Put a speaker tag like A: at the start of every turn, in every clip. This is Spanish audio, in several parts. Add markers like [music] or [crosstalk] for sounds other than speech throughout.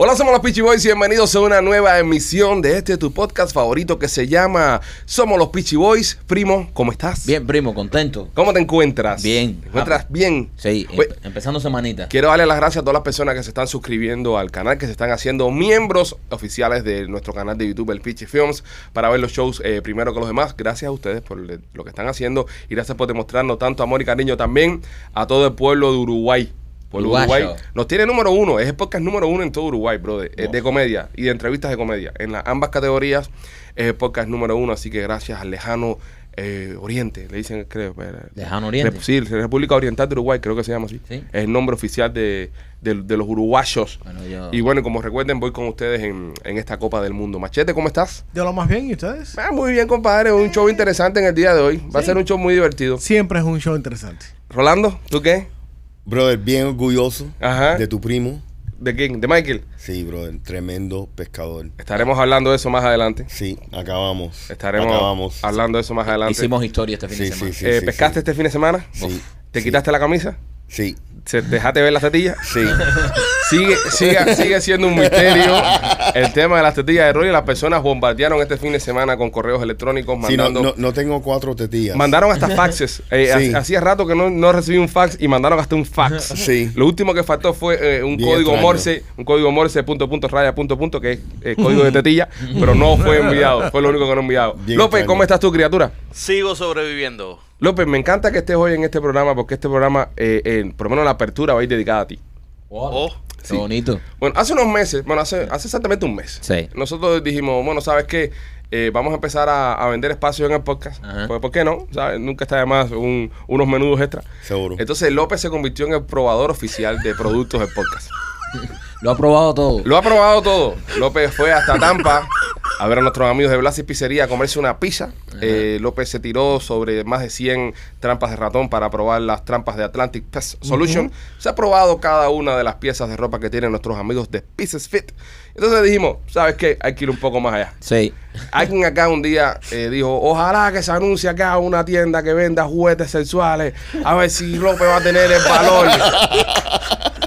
A: Hola, somos los Peachy Boys y bienvenidos a una nueva emisión de este tu podcast favorito que se llama Somos los Peachy Boys. Primo, ¿cómo estás?
B: Bien, primo, contento.
A: ¿Cómo te encuentras?
B: Bien. Ah,
A: ¿Te encuentras bien? Pues,
B: Sí, em-
A: Oye,
B: empezando semanita.
A: Quiero darle las gracias a todas las personas que se están suscribiendo al canal, que se están haciendo miembros oficiales de nuestro canal de YouTube, el Pitchy Films, para ver los shows eh, primero que los demás. Gracias a ustedes por le- lo que están haciendo y gracias por demostrarnos tanto amor y cariño también a todo el pueblo de Uruguay. Pueblo de
B: Uruguayo.
A: Uruguay nos tiene número uno, es el podcast número uno en todo Uruguay, brother, eh, de
B: Wow.
A: comedia y de entrevistas de comedia. En las ambas categorías es el podcast número uno, así que gracias al lejano eh, Oriente, le dicen, creo. pero-
B: Lejano Oriente.
A: Rep- Sí, República Oriental de Uruguay, creo que se llama así.
B: Sí.
A: Es el nombre oficial de, de- de los uruguayos.
B: Bueno, yo-
A: Y bueno, como recuerden, voy con ustedes en, en esta Copa del Mundo. Machete, ¿cómo estás?
C: De lo más bien, ¿y ustedes?
A: Ah, muy bien, compadre. Un show interesante en el día de hoy. Va a ser un show muy divertido.
C: Siempre es un show interesante.
A: Rolando, ¿tú qué?
D: Brother, bien orgulloso
A: Ajá.
D: de tu primo.
A: ¿De quién? ¿De Michael?
D: Sí, brother, tremendo pescador.
A: Estaremos hablando de eso más adelante.
D: Sí, acabamos.
A: Estaremos
D: acabamos.
A: hablando de eso más adelante.
B: Hicimos historia este fin de
D: Sí,
B: semana.
D: sí, sí.
A: Eh, ¿Pescaste este fin de semana?
D: Sí.
A: ¿Te quitaste la camisa?
D: Sí,
A: ¿Se- ¿Dejaste ver las tetillas?
D: sí.
A: Sigue, sigue, sigue siendo un misterio el tema de las tetillas de Rolly. Las personas bombardearon este fin de semana con correos electrónicos
D: Sí, no,
A: mandando.
D: no, no tengo cuatro tetillas.
A: Mandaron hasta
D: [laughs]
A: faxes. Eh,
D: Sí.
A: ha- Hacía rato que no, no recibí un fax y mandaron hasta un fax.
D: [laughs] Sí.
A: Lo último que faltó fue eh, un
D: Bien
A: código
D: extraño.
A: Morse, un código Morse punto punto raya punto punto que es eh, código de tetilla, pero no fue enviado. Fue lo único que no enviado.
D: Bien
A: López,
D: extraño.
A: ¿cómo estás tú, criatura?
E: Sigo sobreviviendo.
A: López, me encanta que estés hoy en este programa porque este programa, eh, eh, por lo menos la apertura va a ir dedicada a ti.
B: Wow.
E: Oh,
B: Qué
A: Sí.
B: bonito.
A: Bueno, hace unos meses, bueno, hace, hace exactamente un mes,
B: Sí.
A: nosotros dijimos, bueno, ¿sabes qué? Eh, vamos a empezar a, a vender espacio en el podcast.
B: Ajá.
A: Pues, ¿por qué no? ¿Sabes? Nunca está de más un- unos menudos extra.
D: Seguro.
A: Entonces López se convirtió en el probador oficial de productos del podcast.
B: Lo ha probado todo.
A: Lo ha probado todo. López fue hasta Tampa a ver a nuestros amigos de Blas y Pizzería a comerse una pizza. Eh, López se tiró sobre más de 100 trampas de ratón para probar las trampas de Atlantic Pest Solution. Se ha probado cada una de las piezas de ropa que tienen nuestros amigos de Pieces Fit. Entonces dijimos, ¿sabes qué? Hay que ir un poco más allá.
B: Sí.
A: Alguien acá un día eh, dijo, ojalá que se anuncie acá una tienda que venda juguetes sexuales, a ver si López va a tener el
D: [laughs]
A: valor.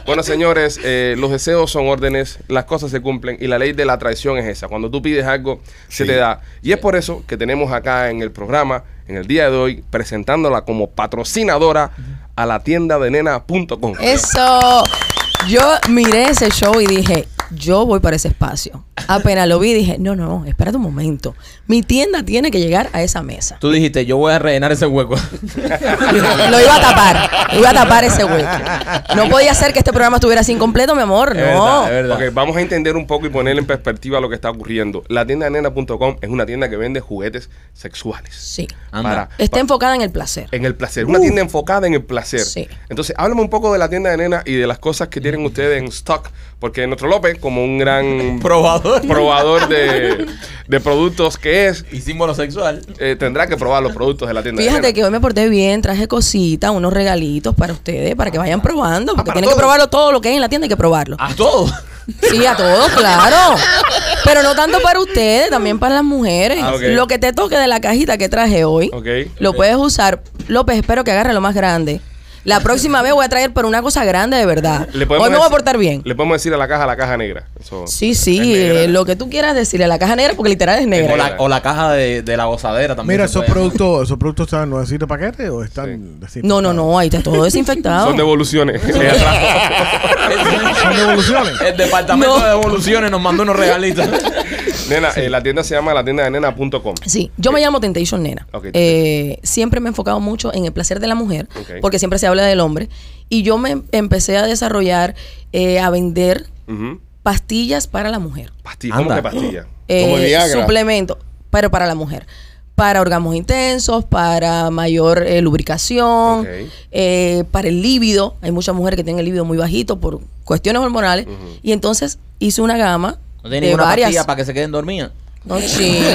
A: bueno, señores, eh, los deseos son órdenes, las cosas se cumplen y la ley de la traición es esa. Cuando tú pides algo, se
D: Sí.
A: te da. Y es por eso que tenemos acá en el programa, en el día de hoy, presentándola como patrocinadora a la tienda de nena.com.
F: Eso. Yo miré ese show y dije, yo voy para ese espacio. Apenas lo vi, dije, no, no, espérate un momento. Mi tienda tiene que llegar a esa mesa.
B: Tú dijiste, yo voy a rellenar ese hueco.
F: [laughs] Lo iba a tapar. Iba a tapar ese hueco. No podía ser que este programa estuviera sin completo, mi amor.
B: Es verdad,
F: No.
B: es verdad.
A: Ok, vamos a entender un poco y poner en perspectiva lo que está ocurriendo. La tienda de nena.com es una tienda que vende juguetes sexuales.
F: Sí.
B: Anda.
A: Para-
F: Está enfocada en el placer.
A: En el placer, una tienda enfocada en el placer.
F: Sí.
A: Entonces, háblame un poco de la tienda de nena y de las cosas que tienen ustedes en stock, porque nuestro López, como un gran
B: [laughs] Probador.
A: probador de, de productos que es,
B: Y símbolo sexual.
A: eh, tendrá que probar los productos de la tienda de
F: Fíjate
A: nena.
F: que hoy me porté bien, traje cositas, unos regalitos para ustedes, para que vayan probando,
B: Ah,
F: porque
A: para
F: tienen
A: todo.
F: que probarlo todo lo que hay en la tienda, hay que probarlo.
B: A todo.
F: Sí, a todos, claro. Pero no tanto para ustedes, también para las mujeres.
A: Ah, ok.
F: Lo que te toque de la cajita que traje hoy,
A: Ok.
F: lo puedes usar. López, espero que agarre lo más grande. La próxima vez voy a traer pero una cosa grande de verdad.
A: Le podemos
F: hoy me voy a
A: decir-
F: portar bien.
A: Le podemos decir a la caja, la caja negra. Eso-
F: Sí,
A: es
F: sí,
A: negra.
F: eh, lo que tú quieras decirle a la caja negra, porque literal es
B: O
F: negra.
B: la, o la caja de, de la gozadera también.
C: Mira,
B: se
C: esos
B: puede.
C: productos, esos productos están nuevecitos de paquete o están así?
F: No, no, no, ahí está todo
A: [laughs]
F: desinfectado.
A: Son devoluciones.
F: [laughs]
C: Son
B: [laughs]
C: devoluciones.
B: El departamento
F: No.
B: de evoluciones nos mandó unos
F: [laughs]
B: regalitos.
A: Nena, eh, la tienda se llama la tienda de nena.com.
F: Sí, yo me llamo Temptation Nena.
A: Ok,
F: Eh, siempre me he enfocado mucho en el placer de la mujer,
A: Ok.
F: porque siempre se habla del hombre. Y yo me empecé a desarrollar, eh, a vender pastillas para la mujer. Eh,
A: Pastilla. ¿Cómo
B: Anda. Eh,
A: que pastilla?
D: Como el Viagra.
F: suplemento, pero para la mujer. Para orgasmos intensos, para mayor eh, lubricación,
A: Ok.
F: eh, para el líbido. Hay muchas mujeres que tienen el líbido muy bajito por cuestiones hormonales. Y entonces hice una gama
B: No tiene
F: de
B: ninguna
F: varias.
B: pastilla para que se queden dormidas.
F: No, chico.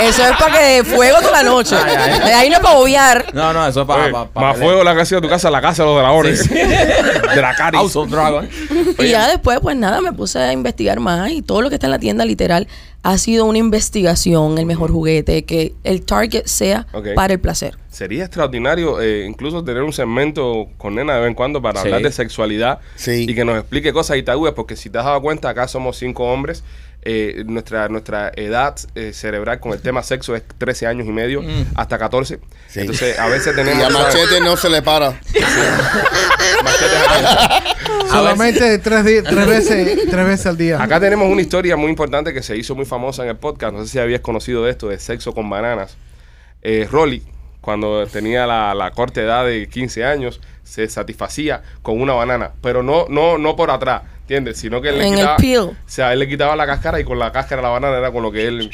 F: Eso es para que de fuego toda la noche.
B: Ay, ay, ay.
F: De ahí no es para bobear.
B: No, no, eso es para.
A: Oye, más fuego la casa de tu casa, la casa de los dragones. [laughs] De la caris.
B: House of Dragon.
F: [laughs] Y ya después, pues nada, me puse a investigar más y todo lo que está en la tienda literal ha sido una investigación, el mejor juguete, que el target sea
A: Ok.
F: para el placer.
A: Sería extraordinario eh, incluso tener un segmento con nena de vez en cuando para
B: Sí.
A: hablar de sexualidad
D: Sí.
A: y que nos explique cosas y tabúes, porque si te has dado cuenta, acá somos cinco hombres. eh, nuestra nuestra edad eh, cerebral con el tema sexo es 13 años y medio hasta 14.
D: Sí.
A: Entonces, a veces
D: Y
A: tenemos.
D: a
A: ¿sabes?
D: Machete no se le para.
A: Machete es acá.
C: Solamente tres, di- tres, veces, tres veces al día.
A: Acá tenemos una historia muy importante que se hizo muy famosa en el podcast. No sé si habías conocido de esto, de sexo con bananas. Eh, Rolly, cuando tenía la, la corta edad de 15 años, se satisfacía con una banana, pero no no no por atrás, ¿entiendes? Sino que él le
F: En el
A: quitaba,
F: peel.
A: o sea, él le quitaba la cáscara y con la cáscara la banana era con lo que él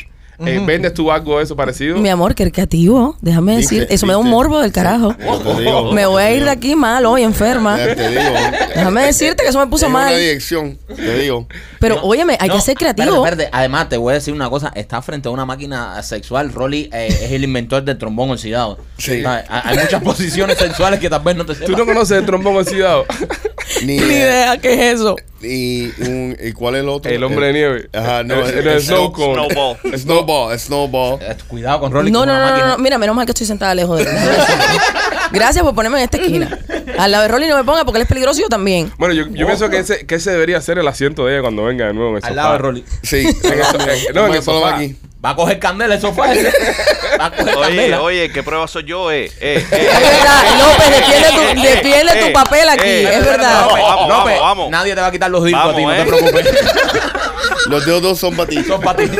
A: eh, ¿Vendes tú algo de eso parecido?
F: Mi amor, qué creativo. Déjame
D: Viste,
F: decir, eso me da un
D: viste.
F: morbo del carajo.
D: Yo te digo,
F: [laughs] Me voy a ir de aquí mal hoy, enferma.
D: Ya te digo. ¿eh?
F: Déjame decirte que eso me puso
D: Es
F: mal.
D: una dirección, te digo.
F: Pero
B: No,
F: óyeme, hay que
B: no,
F: ser creativo.
B: espérate, espérate. Además, te voy a decir una cosa. Está frente a una máquina sexual. Rolly eh, es el inventor del trombón oxidado.
D: Sí.
B: O sea, Hay, hay muchas posiciones sexuales que tal vez no te
A: ¿Tú
B: sepas.
A: no conoces el trombón oxidado? [laughs]
D: Ni,
F: [laughs] Ni
D: idea.
F: idea qué es eso.
D: Y, un- ¿Y cuál es el otro?
A: El hombre de nieve.
D: Ajá, no.
A: El- el snow cone.
E: Snowball.
D: Snowball, snowball.
B: Eh, Cuidado con Rolly.
F: No, no,
B: con una
F: no, no,
B: máquina.
F: no. Mira, menos mal que estoy sentada lejos de él. Gracias por ponerme en esta esquina. Al lado de Rolly no me ponga porque él es peligroso y yo también.
A: Bueno, yo, yo pienso que ese, que ese debería ser el asiento de ella cuando venga de nuevo en el
B: Oh. Al
A: sofá.
B: lado de Rolly.
D: Sí.
A: En el so- en- no, en el
D: Solo
A: sofá.
D: aquí.
B: Va a coger candela el
A: [laughs]
B: sofá. ese. Va a coger
E: Oye,
B: candela.
E: oye, ¿qué prueba soy yo? Eh, eh, eh.
F: Es verdad, López, defiende tu,
E: eh,
F: defiende tu
E: eh,
F: papel aquí.
E: eh,
F: Es
E: eh,
F: verdad.
E: Vamos, vamos,
B: López,
E: vamos, vamos.
B: Nadie te va a quitar los discos a ti, no
E: Vamos,
B: te
E: eh.
B: preocupes.
D: Los dedos dos son para ti.
B: Son para
E: [laughs]
B: ti.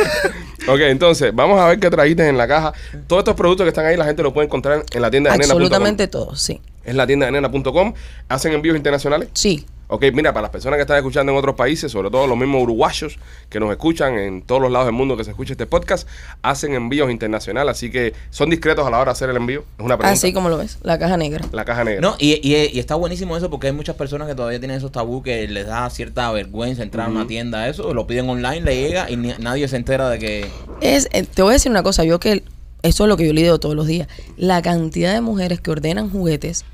A: Ok, entonces, vamos a ver qué trajiste en la caja. Todos estos productos que están ahí, la gente lo puede encontrar en la tienda de nena.com.
F: Absolutamente todo, sí.
A: Es la tienda de nena.com. Hacen envíos internacionales.
F: Sí.
A: Ok, mira, para las personas que están escuchando en otros países, sobre todo los mismos uruguayos que nos escuchan en todos los lados del mundo que se escucha este podcast, hacen envíos internacionales, así que son discretos a la hora de hacer el envío. Es una pregunta.
F: Así como lo ves, la caja negra.
A: La caja negra.
B: No, y, eh, y- y está buenísimo eso porque hay muchas personas que todavía tienen esos tabú que les da cierta vergüenza entrar a una tienda, eso, lo piden online, le llega y ni- nadie se entera de que...
F: Es, eh, te voy a decir una cosa, yo que eso es lo que yo lidio todos los días. La cantidad de mujeres que ordenan juguetes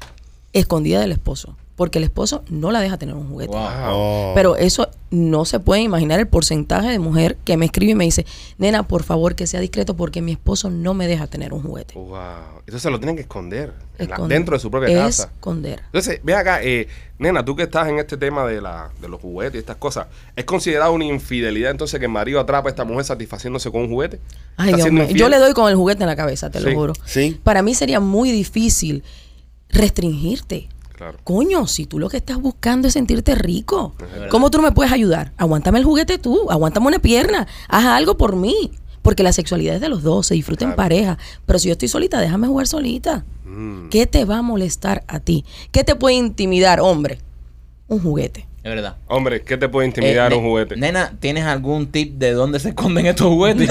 F: escondida del esposo, porque el esposo no la deja tener un juguete.
B: Wow.
D: Oh.
F: Pero eso no se puede imaginar el porcentaje de mujer que me escribe y me dice, nena, por favor que sea discreto porque mi esposo no me deja tener un juguete.
A: Wow. Entonces lo tienen que esconder, Uh, en la-
F: Esconder.
A: dentro de su propia casa.
F: Esconder.
A: Entonces, ve acá, eh, nena, tú que estás en este tema de, la, de los juguetes y estas cosas, ¿es considerado una infidelidad entonces que el marido atrapa a esta mujer satisfaciéndose con un juguete? ¿Está
F: Ay, Dios
A: siendo
F: mío.
A: infiel?
F: Yo le doy con el juguete en la cabeza, te
A: Sí.
F: lo juro.
D: Sí.
F: Para mí sería muy difícil restringirte.
A: Claro.
F: Coño, si tú lo que estás buscando es sentirte rico, ¿cómo tú no me puedes ayudar? Aguántame el juguete tú, aguántame una pierna, haz algo por mí. Porque la sexualidad es de los dos, se disfruta en
A: Claro.
F: pareja. Pero si yo estoy solita, déjame jugar solita.
A: Mm.
F: ¿Qué te va a molestar a ti? ¿Qué te puede intimidar, hombre? Un juguete.
B: Es verdad.
A: Hombre, ¿qué te puede intimidar
B: Eh,
A: un
B: ne-
A: juguete?
B: Nena, ¿tienes algún tip de dónde se esconden estos [laughs] juguetes?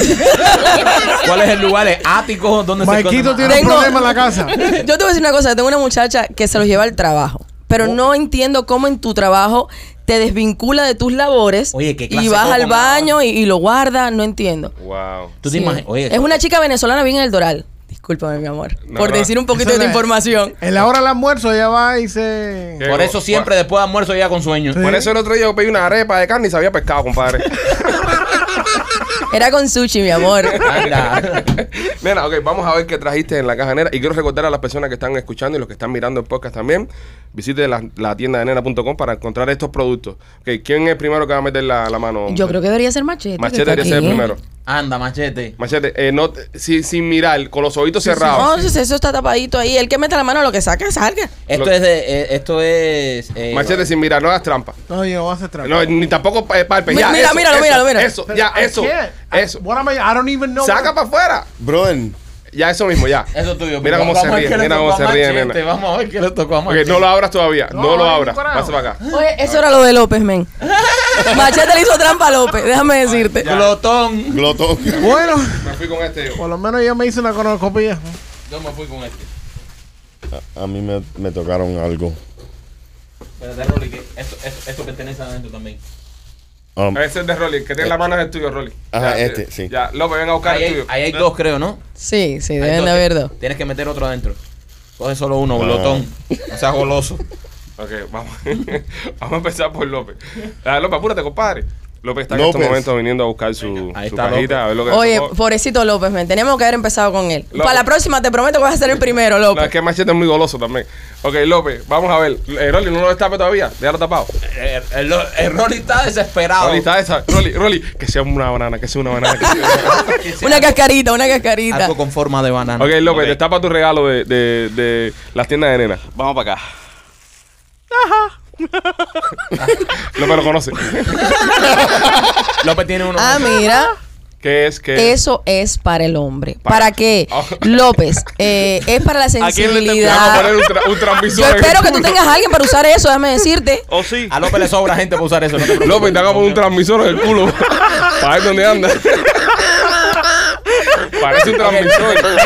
B: ¿Cuál es el lugar? ¿Es ático? ¿Dónde se
C: Maikito
B: esconden?
C: tiene un
F: Tengo-
C: problema en la casa.
F: [laughs] Yo te voy a decir una cosa, tengo una muchacha que se los lleva al trabajo, pero
B: Oh.
F: no entiendo cómo en tu trabajo te desvincula de tus labores
B: Oye, ¿qué clase
F: y vas
B: de
F: al
B: cómo?
F: baño y, y lo guarda, no entiendo.
A: Wow.
B: ¿Tú te
F: Sí.
B: imaginas? Oye,
F: es una chica venezolana bien en el Doral. Discúlpame, mi amor,
A: No,
F: por
A: no.
F: decir un poquito
C: Eso
F: de
C: es-
F: información.
C: En la hora del almuerzo ella va y se...
A: ¿Qué?
B: por eso siempre después de almuerzo ya con sueño.
A: Por eso el otro día yo pedí una arepa de carne y sabía pescado,
F: [laughs]
A: compadre. [laughs]
F: Era con sushi, mi amor.
B: Anda.
A: Nena, ok, vamos a ver qué trajiste en la caja nena. Y quiero recordar a las personas que están escuchando y los que están mirando el podcast también, visite la, la tienda de nena.com para encontrar estos productos. Ok, ¿quién es el primero que va a meter la, la mano?
F: Yo creo que debería ser machete. que este
A: Machete
F: está
A: debería ser el
F: aquí.
A: primero.
B: Anda, machete.
A: Machete, eh, no, te- sin, sin mirar, con los ojitos cerrados.
F: No, si eso está tapadito ahí. El que mete la mano lo que saca, salga.
B: Esto
A: Lo-
B: es de... eh, esto es... eh,
A: Machete sin mirar, no hagas trampa.
C: No, yo no voy a hacer trampa.
A: No, ni tampoco eh, palpe.
F: Mi-
A: Ya,
F: mira,
A: eso,
F: míralo,
A: eso,
F: míralo, míralo.
A: Eso, ya,
C: I
A: eso.
C: can't. I-
A: Eso.
C: what am I, I don't even know.
A: Saca para afuera.
D: Brother,
A: Ya, eso mismo, ya.
B: Eso es tuyo.
A: Mira cómo
B: Vamos
A: se
B: a ver
A: ríe,
B: qué le
A: mira
B: tocó
A: cómo
B: a
A: se ríe,
B: Machete,
A: nena.
B: Vamos a ver qué le tocó a
A: Ok,
B: Machete.
A: no lo abras todavía, no,
C: No,
A: lo
C: no,
A: abras.
C: carajo.
A: Pásate para acá.
F: Oye, eso era lo de
A: [laughs]
F: López, men. machete le hizo trampa a López, déjame decirte.
B: Glotón.
D: glotón.
C: Bueno,
A: Me fui con este yo.
C: por lo menos yo me hice una cornucopía.
B: Yo me fui con este.
D: A mí me, me tocaron algo.
B: Espérate, Rolly, que esto, esto, esto pertenece adentro también.
D: Um,
E: Eh,
A: Ese es de Rolly, el que tiene la mano es el tuyo, Rolly.
D: Ajá, este, sí.
A: Ya, López, ven a buscar
B: Ahí
A: el
B: hay,
A: tuyo.
B: ahí hay dos, creo, ¿no?
F: Sí, sí,
B: Hay
F: deben
B: dos.
F: de haber dos.
B: Tienes que meter otro adentro. Coge solo uno,
D: Ah.
B: glotón. No seas goloso.
A: Ok, vamos. [laughs] vamos a empezar por López. Ah, López, apúrate, compadre. López está en
D: López.
A: estos momentos viniendo a buscar su,
B: ahí
A: su
B: está
A: cajita,
B: López.
A: a ver lo que le
F: Oye,
A: tocó.
F: pobrecito López, men, teníamos que haber empezado con él.
A: López.
F: Para la próxima te prometo que vas a ser el primero,
A: No, es
F: López.
A: que Machete es muy goloso también. Ok, López, vamos a ver. Eh, Rolly, no lo destape todavía. Déjalo tapado.
B: El, el, el Rolly está
F: Ah,
B: desesperado.
A: Rolly, está esa. Rolly, Rolly, que sea una banana, que sea una banana. Que sea una banana.
F: [laughs] Una cascarita, una cascarita.
B: Algo con forma de banana.
A: ok, López,
E: Ok.
A: destapa tu regalo de, de, de las tiendas de nena.
E: Vamos para acá.
A: López lo
F: [laughs]
A: conoce.
B: López tiene uno.
F: Ah, mira,
A: ¿Qué es? ¿Qué es?
F: eso es para el hombre.
A: Para-
F: ¿Para, qué?
A: Ah. [laughs]
F: López, eh, es para la
E: le está-
A: Vamos a poner
F: sensibilidad.
A: un, tra- un transmisor.
F: Yo
A: en el
F: espero que tú
A: culo.
F: tengas a alguien para usar eso, déjame decirte.
A: Oh,
E: ¿O sí?
B: A López le sobra gente para usar eso. no te preocupes.
A: López, te haga poner un transmisor en el culo.
F: [laughs]
A: para ver dónde anda. Parece un transmisor.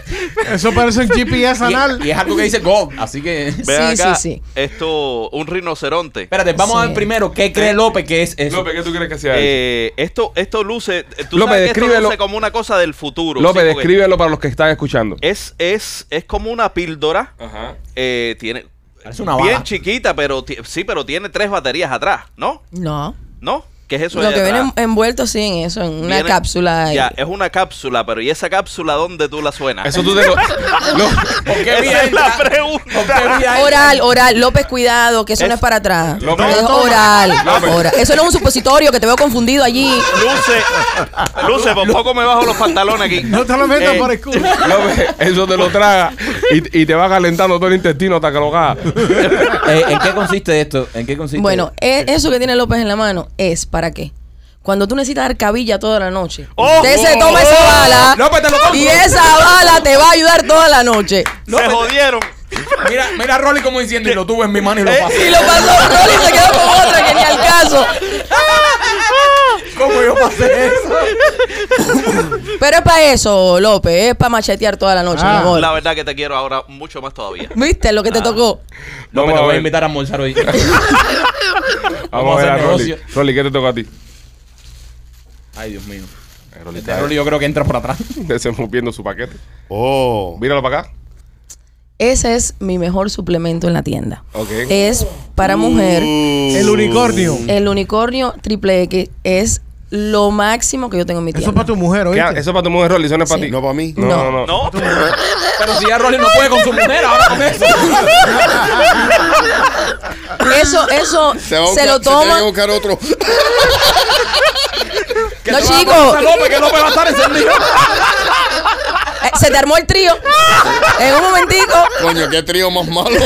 F: [laughs]
C: Eso parece un GPS anal.
B: [laughs] Y, y es algo que dice Gold. Así que.
E: Ven
F: Sí,
E: acá.
F: sí, sí.
E: Esto, un rinoceronte.
B: Espérate, vamos a ver
F: Sí.
B: primero qué cree López que es eso.
A: López, ¿qué tú crees que sea? eso?
E: Eh, esto, esto luce. eh, Tú
A: López,
E: sabes que esto
A: descríbelo.
E: luce como una cosa del futuro.
A: López,
E: ¿sí? Porque
A: descríbelo para los que están escuchando.
E: Es, es, es como una píldora.
A: Ajá.
E: eh, tiene.
B: Parece una
E: bien
B: bala.
E: chiquita, pero ti- sí, pero tiene tres baterías atrás, ¿no?
F: No.
E: ¿No? ¿Qué es eso?
F: Lo
E: ahí
F: que
E: atrás?
F: viene envuelto, sí, en eso, en una
E: Viene-
F: cápsula.
E: Ya,
F: y-
E: es una cápsula, pero ¿y esa cápsula dónde tú la suenas?
A: Eso tú te lo. Lo-
B: ¿Por qué
E: Esa
B: bien?
E: es la
B: ¿Por qué
E: pregunta.
B: bien?
F: Oral, oral, López, cuidado, que eso no
E: Es-
F: es para atrás.
A: López.
F: es
A: No,
F: oral,
A: López.
F: oral. Eso no es un supositorio que te veo confundido allí.
E: Luce, luce, por poco me bajo los pantalones aquí.
A: [laughs]
C: No te lo metas
E: Eh,
C: por el culo.
A: López, eso te lo traga y, y te va calentando todo el intestino hasta que lo cagas.
B: Eh, ¿En qué consiste esto? ¿En qué consiste?
F: Bueno, e- eso que tiene López en la mano es para qué. Cuando tú necesitas dar cabilla toda la noche,
E: ¡Oh!
F: usted se toma esa bala
B: López, te lo compro.
F: ah, y esa bala te va a ayudar toda la noche.
E: Se jodieron.
B: Mira, mira a Rolly como diciendo, y lo tuve en mi mano y lo
E: Eh,
B: pasé.
F: Y lo pasó Rolly y se quedó con otra que ni al caso.
B: ¿Cómo yo pasé eso?
F: Pero es para eso, López, es para machetear toda la noche,
C: Ah.
F: mi amor.
E: La verdad que te quiero ahora mucho más todavía.
F: ¿Viste lo que te tocó?
A: Vamos
B: López, te
A: a
B: voy
A: ver.
B: a invitar a
A: [laughs]
B: almorzar hoy.
A: Vamos a ver a
B: hacer
A: Rolly.
B: negocio.
A: Rolly, ¿qué te toca a ti?
B: Ay, Dios mío.
A: Eh, Rolly
B: Este
A: está
B: Rolly yo creo que entra por atrás.
A: desenvolviendo su paquete.
D: Oh.
A: Míralo para acá.
F: Ese es mi mejor suplemento en la tienda.
A: Ok.
F: Es para mujer.
D: Mm.
C: El unicornio.
F: El unicornio triple X es lo máximo que yo tengo en mi
C: Eso
F: tienda.
C: es para tu mujer,
A: ¿Qué ha-
C: ¿oíste?
A: eso es para tu mujer, Rolly. Eso no es para
F: Sí.
A: ti.
D: No para mí.
A: no, no. no.
E: No,
B: Pero si ya Rolly no puede con su mujer, ahora con eso.
F: Eso, eso se,
D: va a buscar-
F: lo
D: Se tiene que
F: toman.
D: buscar otro.
F: No,
B: Vamos a
F: chicos,
B: López, que López va a estar encendido.
F: eh, se te armó
D: [laughs]
F: el trío. En un momentico.
D: Coño, qué trío más
F: [laughs]
D: malo.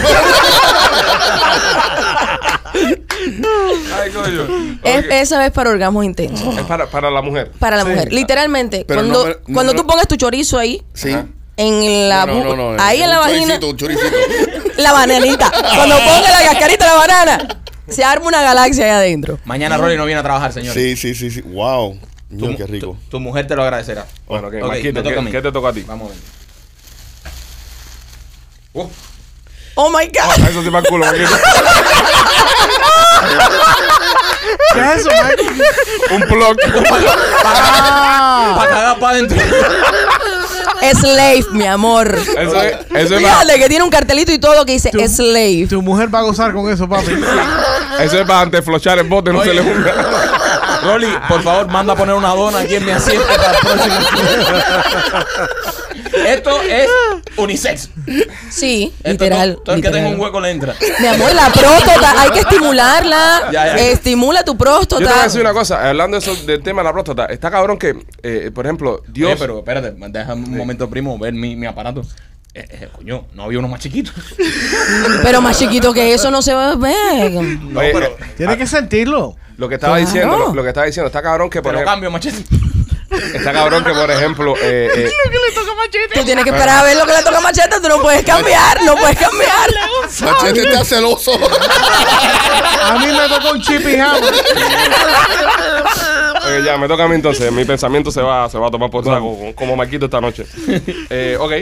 A: Ay, coño.
F: Es-
A: Ok.
F: esa es para orgasmos intensos.
A: Es para, para la mujer.
F: Para la
C: Sí.
F: mujer. Literalmente,
D: Pero
F: cuando,
D: no me- no
F: cuando
D: me
F: tú
D: lo-
F: pongas tu chorizo ahí,
D: sí.
F: en la
D: no,
F: bu-
D: no, no, no.
F: ahí en la
D: Un
F: vagina,
D: choricito, un choricito.
F: [laughs] la
D: [laughs]
F: bananita. Cuando pongas la cascarita de la banana, se arma una galaxia ahí adentro.
B: [laughs] Mañana Rolly no viene a trabajar, señor.
D: Sí, sí, sí, sí. Wow. Ño, qué
B: Tu,
D: rico.
F: [laughs]
B: tu mujer te lo agradecerá.
A: Bueno, Oh, ok.
B: Ok,
A: Marquito,
B: me toca a
A: ¿qué,
B: mí.
A: qué te toca a ti?
B: Vamos a ver. Uh,
F: Oh my God.
A: Ah, Eso sí va al culo, Marquito. [laughs]
C: ¿Qué es eso, man?
A: Un plug.
B: Para cagar para
A: [laughs]
B: adentro.
D: Oh
F: [laughs] Slave, mi amor.
A: Eso es, eso es para,
F: Fíjate que tiene un cartelito y todo que dice slave.
C: Tu mujer va a gozar con eso, papi.
A: eso es para anteflochar el bote, no se le
F: [laughs]
A: junta.
B: Rolly, por favor, manda a poner una dona aquí en mi asiento para el próximo. [laughs] Esto es unisex.
F: Sí,
B: Esto
F: literal.
B: no- todo el que
F: literal.
B: tenga un hueco le entra.
F: Mi amor, la próstata, hay que
A: [laughs]
F: estimularla.
B: Ya, ya.
F: Estimula tu
A: Yo
F: próstata.
A: te voy a decir una cosa, hablando de eso, del tema de la próstata, está cabrón que, eh, por ejemplo, Dios.
B: Oye, pero espérate, déjame un momento, primo, ver mi, mi aparato. Eh, eh, coño, no había uno más chiquito.
F: Pero más chiquito que eso no se va a ver.
A: Oye, eh,
C: Tienes que sentirlo.
A: Lo que estaba
F: Claro.
A: diciendo, lo, lo que estaba diciendo, está cabrón que por
B: Pero
A: ejemplo,
B: cambio, machete.
A: está cabrón que por ejemplo, eh,
F: [laughs]
A: eh,
F: Tú tienes que esperar a ver lo que le toca a Machete. Tú no puedes cambiar, no puedes cambiar.
D: Machete está
F: [laughs]
D: celoso.
C: A mí me tocó un chip y jam.
A: eh, ya me toca a mí entonces, mi pensamiento se va, se va a tomar por saco como, como Marquito esta noche. Eh, ok,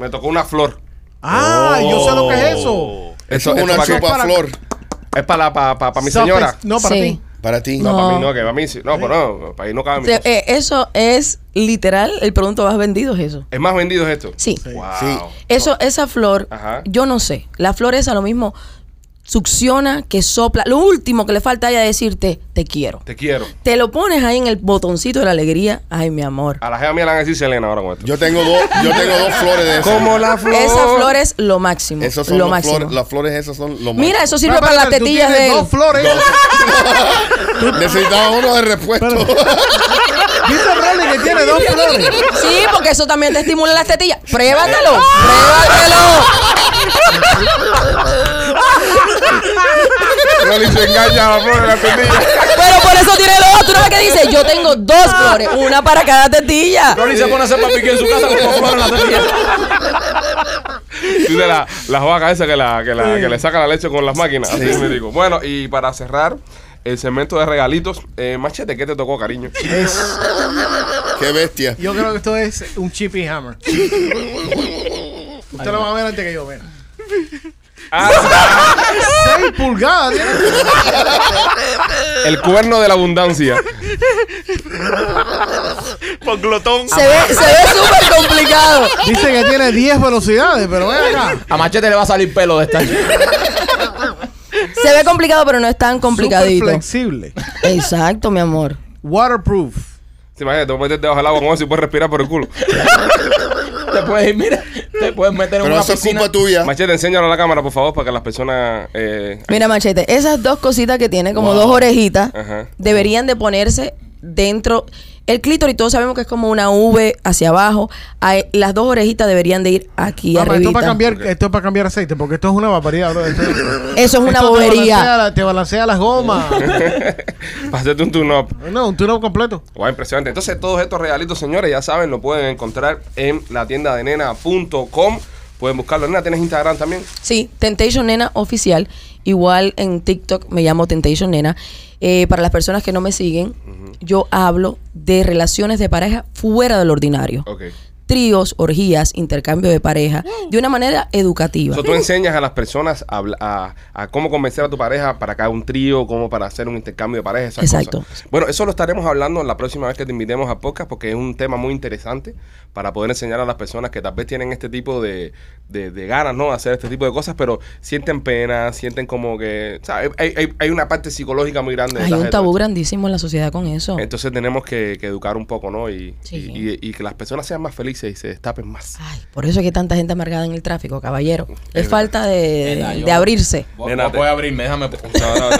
A: me tocó una flor.
C: Ah, yo sé lo que es eso.
A: Esto
D: Eso es una
A: para qué?
D: chupa flor.
A: Es para, la- para, para, para Oh. mi
C: Soft
A: señora.
C: sex, No, para
F: Sí.
C: ti.
D: Para ti.
A: No,
F: No.
A: para mí no, que para mí sí. No, pero no, para ahí no cabe mi
F: O sea,
A: cosa.
F: eh, eso es literal el producto más vendido, es eso.
A: ¿Es más vendido es esto?
F: Sí.
A: Wow.
D: Sí.
F: Eso, esa flor,
A: Ajá.
F: yo no sé. La flor esa lo mismo succiona, que sopla. Lo último que le falta a ella decirte, te quiero.
A: Te quiero.
F: Te lo pones ahí en el botoncito de la alegría. Ay, mi amor.
A: A la jefa mía le van a decir Selena ahora con esto.
D: Yo tengo dos, yo tengo dos flores de esas.
A: Como la flor.
F: Esa flor es lo máximo.
D: Esas son
F: lo
D: las
F: máximo.
D: flores, las flores esas son lo más.
F: Mira,
D: [laughs]
F: eso sirve
C: Espérate,
F: para
C: tú
F: las tetillas
C: tienes
F: de él.
C: dos flores.
D: [laughs] Necesitaba uno de repuesto.
C: Dice Rolly que tiene
F: [laughs]
C: dos flores.
F: Sí, porque eso también te estimula las tetillas. Pruébatelo, pruébatelo.
D: Rolly se engaña a la flor de la tetilla.
F: Pero por eso tiene los otro. Tú no ves que dice, yo tengo dos flores, una para cada tetilla.
B: Rolly se pone a hacer papiquí en su casa con dos flores en la tetilla.
A: Dice la, las vacas esas que, la, que, la, que le saca la leche con las máquinas. Así me digo. Bueno, y para cerrar el segmento de regalitos, eh, Machete, ¿qué te tocó, cariño?
C: Es-
D: Qué bestia.
C: yo creo que esto es un chippy hammer. Usted lo va a ver antes que yo, mira.
A: Ah,
C: 6 pulgadas, tiene.
A: el cuerno de la abundancia.
E: Por glotón.
F: Se ve, se ve súper complicado.
C: Dice que tiene 10 velocidades, pero ven acá.
B: A Machete le va a salir pelo de esta.
A: [laughs]
F: Se ve complicado, pero no es tan complicadito.
C: Súper flexible.
F: Exacto, mi amor.
C: Waterproof.
A: Se imagina, te voy a meter debajo del agua con eso y puedes respirar por el
D: [laughs]
A: culo.
B: Te puedes ir, mira, te puedes meter en
D: Pero
B: una
D: eso es
B: piscina.
D: culpa tuya.
A: Machete, enséñalo a la cámara, por favor, para que las personas. eh,
F: Mira, Machete, esas dos cositas que tiene, como dos orejitas,
A: Ajá.
F: deberían de ponerse dentro. El clítoris, todos sabemos que es como una V hacia abajo. Hay- las dos orejitas deberían de ir aquí
C: Mamá, esto
F: arriba.
C: es para cambiar, esto es para cambiar aceite, porque esto es una barbaridad, bro. Esto,
F: Eso es una
C: esto Te balancea,
F: bobería.
C: la- te balancea las gomas.
A: para hacerte un tune-up.
C: No, un turno completo.
A: Guau, impresionante. Entonces, todos estos regalitos, señores, ya saben, lo pueden encontrar en la tienda de nena.com. Pueden buscarlo. Nena, ¿tienes Instagram también?
F: Sí, Temptation Nena oficial. Igual en TikTok me llamo Temptation Nena. Eh, para las personas que no me siguen, yo hablo de relaciones de pareja fuera del ordinario.
A: Ok.
F: Tríos, orgías, intercambio de pareja, de una manera educativa.
A: So, tú enseñas a las personas a, habla- a- a cómo convencer a tu pareja para que haga un trío, cómo para hacer un intercambio de pareja, esas
F: Exacto.
A: cosas. Bueno, eso lo estaremos hablando la próxima vez que te invitemos a podcast porque es un tema muy interesante para poder enseñar a las personas que tal vez tienen este tipo de, de- de ganas, ¿no? de Hacer este tipo de cosas, pero sienten pena, sienten como que... o sea, hay- hay, hay una parte psicológica muy grande.
F: Hay
A: detrás
F: un
A: de todo
F: tabú
A: esto.
F: grandísimo en la sociedad con eso.
A: Entonces tenemos que, que educar un poco, ¿no? Y,
F: Oh. Sí. Ah.
A: y- y- y que las personas sean más felices y se destapen más.
F: Ay, por eso es que hay tanta gente amargada en el tráfico, caballero. Es
A: verdad.
F: falta de,
B: Nena, yo-
F: de abrirse.
B: Voy,
A: Nena,
B: voy a abrirme, déjame. pues,
A: No, [laughs] no,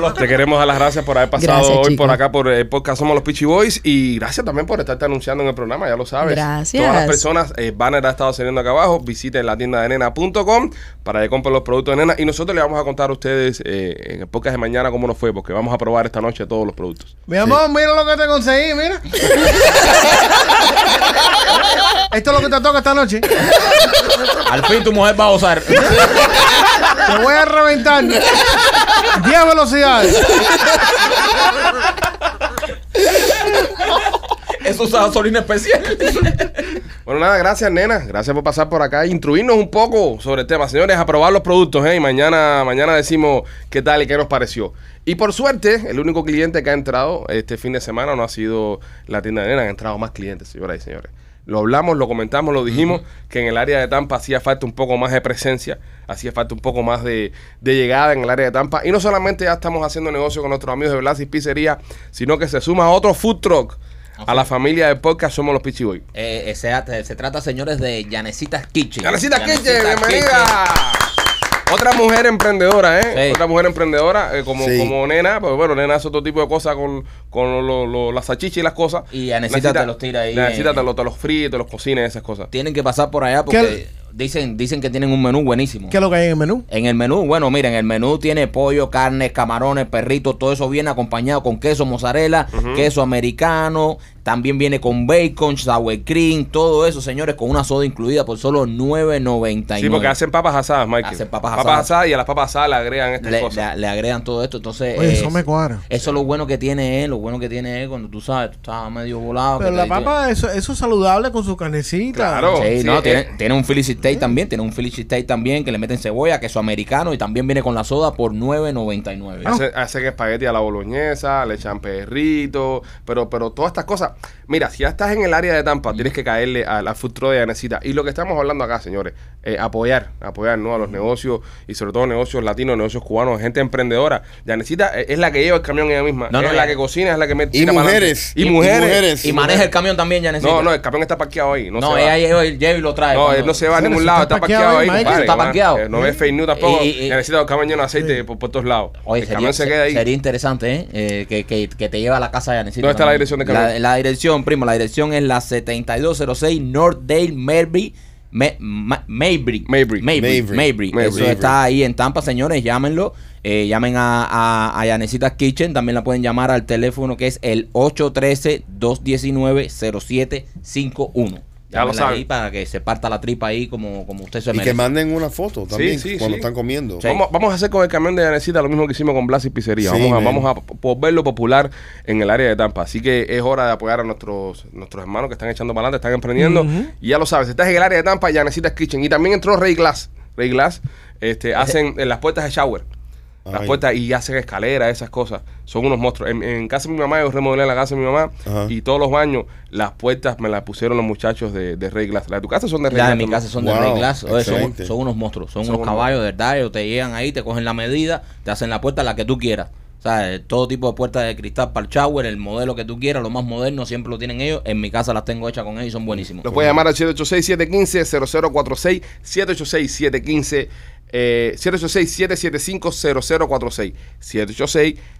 A: no. Te queremos dar las gracias por haber pasado
F: Gracias,
A: hoy
F: chicos.
A: por acá por el podcast Somos los Peachy Boys y gracias también por estarte anunciando en el programa, ya lo sabes.
F: Gracias.
A: Todas las personas, eh, banner ha estado saliendo acá abajo, visiten la tienda de nena.com para que compren los productos de nena y nosotros les vamos a contar a ustedes eh, en el podcast de mañana cómo nos fue, porque vamos a probar esta noche todos los productos.
C: Mi amor, mira lo que te conseguí, mira. Esto es lo que te toca esta noche. Te
B: Al fin tu mujer va a
D: [laughs]
B: gozar.
C: voy a reventar. 10 velocidades.
B: Eso es gasolina especial.
A: Bueno, nada, gracias, nena. Gracias por pasar por acá e instruirnos un poco sobre el tema. Señores, a probar los productos, ¿eh? Y mañana, mañana decimos qué tal y qué nos pareció. Y por suerte, el único cliente que ha entrado este fin de semana no ha sido la tienda de nena, han entrado más clientes, señoras y señores. Lo hablamos, lo comentamos, lo dijimos, que en el área de Tampa hacía falta un poco más de presencia, hacía falta un poco más de, de llegada en el área de Tampa. Y no solamente ya estamos haciendo negocio con nuestros amigos de Blasis Pizzería, sino que se suma otro food truck a la familia de podcast Somos los Pichiboy.
B: Eh, eh, se, se trata, señores, de Yanecitas Kitchen.
A: Yanecita Kitchen,
B: Yanecita
A: bienvenida. Otra mujer emprendedora, ¿eh?
B: Sí.
A: Otra mujer emprendedora, eh, como,
D: Sí.
A: como nena, pero bueno, nena hace otro tipo de cosas con, con lo- lo- las salchichas y las cosas.
B: Y Yanecita te los tira ahí,
A: Yanecita
B: eh.
A: te, lo- te los fríe, te los cocina y esas cosas.
B: Tienen que pasar por allá porque dicen, dicen que tienen un menú buenísimo.
C: ¿Qué es lo que hay en el menú?
B: En el menú, bueno, miren, el menú tiene pollo, carne, camarones, perrito, todo eso viene acompañado con queso mozzarella, queso americano, También viene con bacon, sour cream, todo eso, señores, con una soda incluida por solo $9.99.
A: Sí, porque hacen papas asadas, Michael.
B: Hacen papas
A: Papas
B: asadas.
A: asadas y a las papas asadas le agregan estas
B: le,
A: cosas.
B: le- le agregan todo esto, entonces...
C: Oye,
B: eh,
C: eso me cuadra.
B: Eso es lo bueno que tiene él, lo bueno que tiene él cuando tú sabes, tú estás medio volado.
C: Pero
B: que
C: la
B: te- te-
C: papa, eso, eso es saludable con su carnecita.
A: Claro.
B: Sí,
A: Sí,
B: no,
A: eh.
B: tiene, tiene un Philly Steak también, tiene un Philly Steak también que le meten cebolla, queso americano y también viene con la soda por $9.99.
A: Hacen, hacen espagueti a la boloñesa, le echan perrito, pero, pero todas estas cosas. Mira, si ya estás en el área de Tampa, tienes que caerle a la food truck de Anecita. Y lo que estamos hablando acá, señores, eh, apoyar, apoyar ¿no? a los negocios y sobre todo negocios latinos, negocios cubanos, gente emprendedora. Yanecita eh, es la que lleva el camión ella misma,
B: No, no,
A: es la
B: ya-
A: que cocina, es la que mete.
D: Y
A: tira para
D: mujeres.
A: adelante. Y mujeres.
B: Y maneja el camión también, ya
A: No, no, el camión está parqueado ahí. No,
B: eh, No,
A: se va.
B: ella lleva, lleva y lo trae.
A: No,
B: cuando-
A: él no se va a
C: Bueno,
A: ningún
C: si
A: lado,
C: está
A: está parqueado ahí,
C: parqueado ahí,
A: compadre,
B: Michael, está
A: compadre.
B: parqueado.
A: Eh, No ves fake news tampoco.
B: Y- y-
A: Ya necesita el camión lleno de aceite por, por todos lados.
B: Oye,
A: el
B: sería,
A: camión se queda ahí.
B: sería interesante, ¿eh? Eh, que, que- que te lleva a la casa de Anecito.
A: ¿Dónde está la
B: también.
A: dirección de camión?
B: La, la dirección, primo, la dirección es la 7206 Northdale Merby. Me- Ma- Mabry.
A: Mabry.
B: Mabry.
D: Mabry.
B: Mabry.
A: Mabry.
B: Eso está ahí en Tampa, señores. Llámenlo. Eh, llamen a, a, a Yanecita's Kitchen. También la pueden llamar al teléfono que es el 813-219-0751.
A: Ya lo
B: Llámenla
A: saben.
B: ahí Para que se parta la tripa ahí como, como usted se
D: Y
B: merece.
D: que manden una foto también
A: sí,
D: cuando
A: sí.
D: están comiendo.
B: Sí.
A: Vamos, vamos a hacer con el camión de Yanecita lo mismo que hicimos con Blas y Pizzería.
D: Sí,
A: vamos, a,
D: man.
A: vamos a po- volverlo popular en el área de Tampa. Así que es hora de apoyar a nuestros, nuestros hermanos que están echando para adelante, están emprendiendo. Y ya lo sabes, si estás en el área de Tampa, Yanecita's Kitchen. Y también entró Ray Glass. Ray Glass este, hacen eh, las puertas de shower. Las
D: Ay.
A: puertas y hacen escaleras, esas cosas. Son unos monstruos. En, en casa de mi mamá, yo remodelé la casa de mi mamá
D: Ajá.
A: y todos los baños, las puertas me las pusieron los muchachos de, de Ray Glass. Las de tu casa son de Ray
B: Ya
A: Glass
B: en mi
A: también.
B: casa son de
D: Wow,
B: Ray Glass. Oye, son,
D: excelente.
B: son unos monstruos, son,
A: Son
B: unos
A: unos-
B: caballos, de verdad. Ellos te llegan ahí, te cogen la medida, te hacen la puerta la que tú quieras. O sea, eh, todo tipo de puertas de cristal para el shower, el modelo que tú quieras, lo más moderno, siempre lo tienen ellos. En mi casa las tengo hechas con ellos y son buenísimos.
A: Los puedes llamar al 786-715-0046, 786-715, eh, 786-775-0046,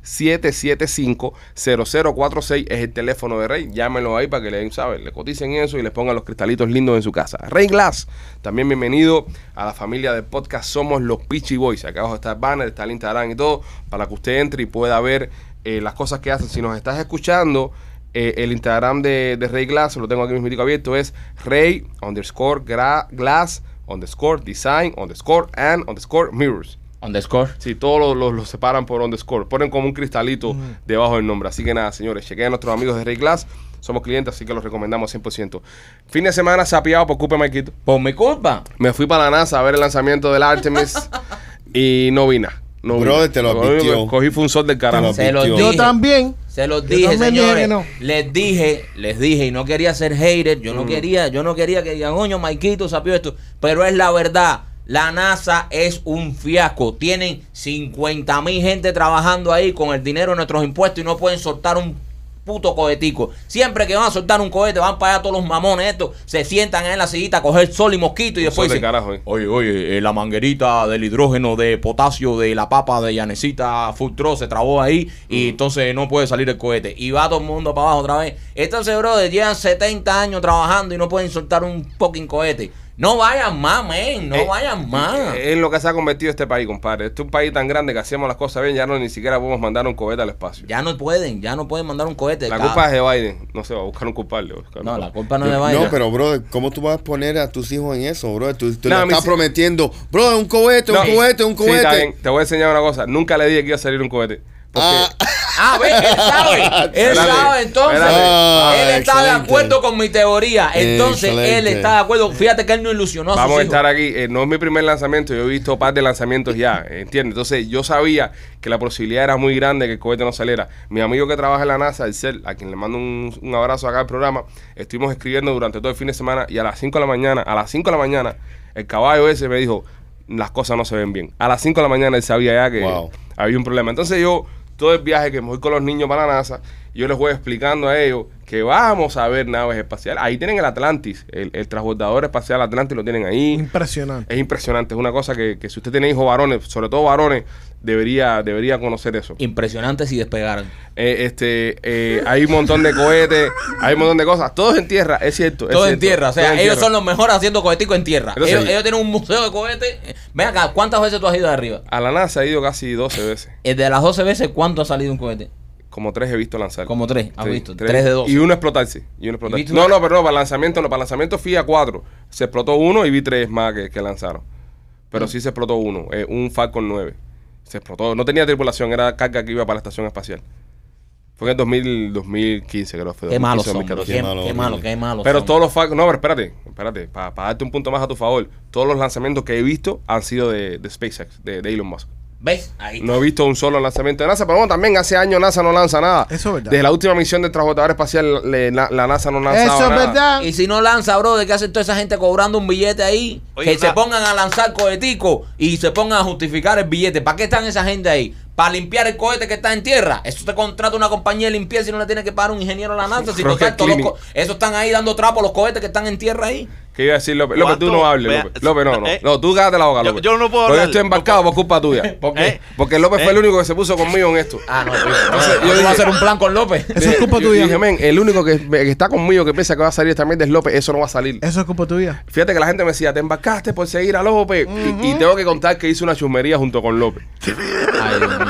A: 786-775-0046 es el teléfono de Rey. Llámenlo ahí para que le den, ¿sabes? Le coticen eso y les pongan los cristalitos lindos en su casa. Rey Glass, también bienvenido a la familia del podcast Somos los Peachy Boys. Acá abajo está el banner, está el Instagram y todo, para que usted entre y pueda ver eh, las cosas que hacen. Si nos estás escuchando... Eh, el Instagram de, de Rey Glass, lo tengo aquí mismo abierto, es Rey underscore gra- Glass underscore design underscore and underscore mirrors.
B: Underscore.
A: Si todos los los- los separan por underscore, ponen como un cristalito
D: Mm.
A: debajo del nombre. Así que nada, señores, chequen a nuestros amigos de Rey Glass. Somos clientes, así que los recomendamos 100%. Fin de semana sapeado por Cupe Maikito.
B: Por mi culpa.
A: Me fui para la NASA a ver el lanzamiento del Artemis
D: [laughs]
A: y no vi nada. No vi
D: Brother,
A: nada.
D: te lo
A: único que
D: advirtió.
A: Cogí fue un sol del carajo.
D: Te
B: Se los
D: Yo
B: dije.
C: Yo también.
B: Se los
C: Yo
B: dije,
C: también dije
B: señores.
C: que no.
B: Les dije, les dije, y no quería ser hater,
C: Mm.
B: yo no quería, yo no quería que digan, coño, Maikito sapió esto, pero es la verdad. La NASA es un fiasco. Tienen 50 mil gente trabajando ahí con el dinero de nuestros impuestos y no pueden soltar un puto cohetico. Siempre que van a soltar un cohete, van para allá todos los mamones estos, se sientan ahí en la sillita a coger sol y mosquito y
A: Un sol del
B: después
D: Pues
B: dicen,
A: carajo. eh.
B: Oye, oye, eh, la manguerita del hidrógeno de potasio de la papa de Yanecita Futro se trabó ahí y entonces no puede salir el cohete. Y va todo el mundo para abajo otra vez. Entonces, brother, llevan 70 años trabajando y no pueden soltar un fucking cohete. No vayan más, men, no
A: Eh,
B: vayan más.
A: Es lo que se ha convertido este país, compadre. Este es un país tan grande que hacemos las cosas bien, ya no ni siquiera podemos mandar un cohete al espacio.
B: ya no pueden, ya no pueden mandar un cohete.
A: La
B: Cada-
A: culpa es de Biden. No se va a buscar un culpable. va a buscar un
B: No, la
A: culpable.
B: culpa no es de Biden.
D: No, pero, brother, ¿cómo tú vas a poner a tus hijos en eso, brother? Tú, tú
A: No,
D: le
A: mis
D: estás
A: hij-
D: prometiendo, brother, un cohete, un
A: No.
D: cohete, un
A: Sí, está
D: cohete.
A: bien. Te voy a enseñar una cosa. Nunca le dije que iba a salir un cohete. Porque
D: Ah,
B: Ah, ve,
D: [laughs]
B: él sabe. Él
A: Espérate,
B: sabe entonces.
A: espérate.
D: Ah,
B: él está de
D: excelente.
B: acuerdo con mi teoría. Entonces, él
D: Excelente.
B: está de acuerdo. Fíjate que él no ilusionó a sus
A: vamos a
B: hijos.
A: estar aquí. Eh, no es mi primer lanzamiento. Yo he visto par de lanzamientos ya. ¿Entiendes? Entonces, yo sabía que la posibilidad era muy grande que el cohete no saliera. Mi amigo que trabaja en la NASA, el CEL, a quien le mando un, un abrazo acá al programa, estuvimos escribiendo durante todo el fin de semana y a las 5 de la mañana, a las 5 de la mañana, el caballo ese me dijo, las cosas no se ven bien. A las 5 de la mañana él sabía ya que
D: Wow.
A: había un problema. Entonces yo, todo el viaje que me voy con los niños para la NASA, yo les voy explicando a ellos que vamos a ver naves espaciales. Ahí tienen el Atlantis, el, el transbordador espacial Atlantis lo tienen ahí.
B: Mm.
C: Impresionante.
A: Es impresionante, es una cosa que, que si usted tiene hijos varones, sobre todo varones, debería, debería conocer eso.
B: Impresionante si despegaran.
A: Eh, este, eh, hay un montón de cohetes, hay un montón de cosas, todos en tierra, es cierto. es
B: Todo
A: cierto,
B: en tierra. O
A: todo
B: sea,
A: en
B: ellos
A: tierra.
B: son los mejores haciendo coheticos en tierra.
A: Entonces-
B: ellos, ellos tienen un museo de cohetes. Ven acá, ¿cuántas veces tú has ido de arriba?
A: A la NASA he ido casi 12 veces.
B: Eh, De las 12 veces, ¿cuánto ha salido un cohete?
A: Como tres he visto lanzar.
B: Como tres, has
A: Sí,
B: visto. Tres de dos.
A: Y uno explotarse. Y uno explotarse.
B: viste
A: no,
B: una-
A: no, pero no, para lanzamiento no. Para lanzamiento fui a cuatro. Se explotó uno y vi tres más que, que lanzaron.
B: Mm.
A: Pero sí se explotó uno. eh, un Falcon 9. Se explotó. No tenía tripulación, era carga que iba para la estación espacial. Fue en el 2000, 2015, creo. Fue
B: Qué malos
A: 2015,
B: son. bro. Qué,
A: 2014.
B: qué malo,
D: malo,
B: qué malo,
D: horrible.
A: Pero
B: son.
A: todos los Falcon. No, pero espérate, espérate. Para darte un punto más a tu favor, todos los lanzamientos que he visto han sido de, de SpaceX, de, de Elon Musk.
B: ¿Ves? Ahí.
A: No he visto un solo lanzamiento de NASA, pero bueno, también hace años NASA no lanza nada.
C: Eso es verdad.
A: Desde la última misión del transbordador espacial, le- la, la NASA no lanzaba
C: Eso es
A: nada.
C: verdad.
B: Y si no lanza, bro, ¿de qué hace toda esa gente cobrando un billete ahí?
E: Oye,
B: que
E: una-
B: se pongan a lanzar coheticos y se pongan a justificar el billete. ¿Para qué están esa gente ahí? ¿Para limpiar el cohete que está en tierra? Eso te contrata una compañía de limpieza y no le tiene que pagar un ingeniero a la NASA. Si
A: Creo
B: total,
A: que
B: todos los
A: cleaning.
B: co- esos están ahí dando trapo a los cohetes que están en tierra ahí.
A: ¿Qué iba a decir López? López, tú
E: ¿Cuánto?
A: no hables,
E: Vea-
A: López. López, no, no.
E: Eh.
A: No, tú cállate la boca,
E: Yo-
A: López.
E: yo no puedo
A: Porque yo
E: hablar.
A: estoy embarcado por culpa tuya. ¿Por qué?
E: Eh.
A: Porque López fue
E: Eh.
A: el único que se puso conmigo en esto.
B: Ah, no,
A: Entonces, yo
B: yo
A: dije-
B: iba a hacer un plan con López.
C: Eso es culpa
A: Yo
C: tuya.
A: Dije, men, el único que, que está conmigo que piensa que va a salir esta mierda es López. Eso no va a salir.
C: Eso es culpa tuya.
A: Fíjate que la gente me decía, te embarcaste por seguir a López. Y- y, tengo que contar que hice una chusmería junto con López.
B: Ay, Dios mío.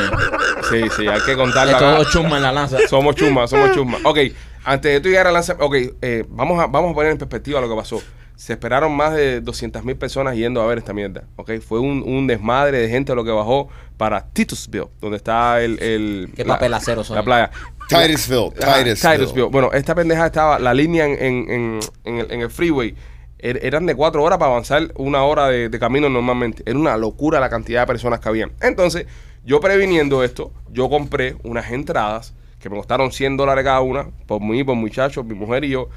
A: Sí, sí, hay que contarla.
B: Estos dos chumas en la lanza.
A: Somos chumas, somos chumas. Ok, antes de tú llegar al lanzamiento, ok, eh, vamos, a, vamos a poner en perspectiva lo que pasó. Se esperaron más de 200.000 mil personas yendo a ver esta mierda. Ok, fue un, un desmadre de gente lo que bajó para Titusville, donde está el. el
B: Qué
A: la-
B: papelacero son.
A: La playa.
D: Titusville,
A: Ajá,
D: Titusville.
A: Titusville. Bueno, esta pendeja estaba, la línea en, en- en- en el, en el freeway. er- Eran de cuatro horas para avanzar una hora de, de camino normalmente. Era una locura la cantidad de personas que habían. Entonces, yo previniendo esto, yo compré unas entradas que me costaron 100 dólares cada una, por mí, por muchachos, mi mujer y yo,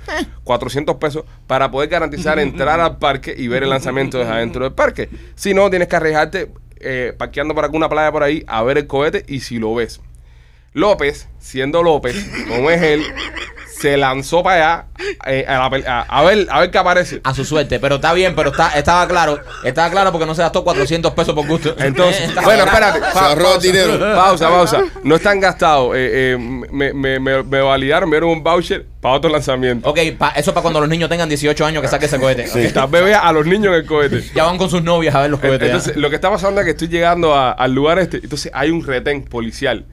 A: 400 pesos, para poder garantizar entrar al parque y ver el lanzamiento desde adentro del parque. Si no, tienes que arriesgarte eh, parqueando por alguna playa por ahí a ver el cohete y si lo ves. López, siendo López, como es él, se lanzó para allá eh, a, la pel- a- a ver, a ver qué aparece.
B: A su suerte, pero está bien, pero está, estaba claro, estaba claro porque no se gastó 400 pesos por gusto.
A: [laughs]
D: [laughs]
A: Entonces,
B: Estaba
A: bueno,
B: claro.
A: espérate.
D: Se ahorró dinero.
A: Pausa, pausa. No están gastados. Eh, eh, me, me- me- me validaron, me dieron un voucher para otro lanzamiento.
B: Ok, pa- eso es para cuando los niños tengan 18 años que saque ese cohete.
D: Sí.
B: Ok.
A: Estas bebés a los niños en el cohete.
B: Ya van con sus novias a ver los cohetes. ya.
A: Entonces, lo que está pasando es que estoy llegando a- al lugar este. Entonces, hay un retén policial.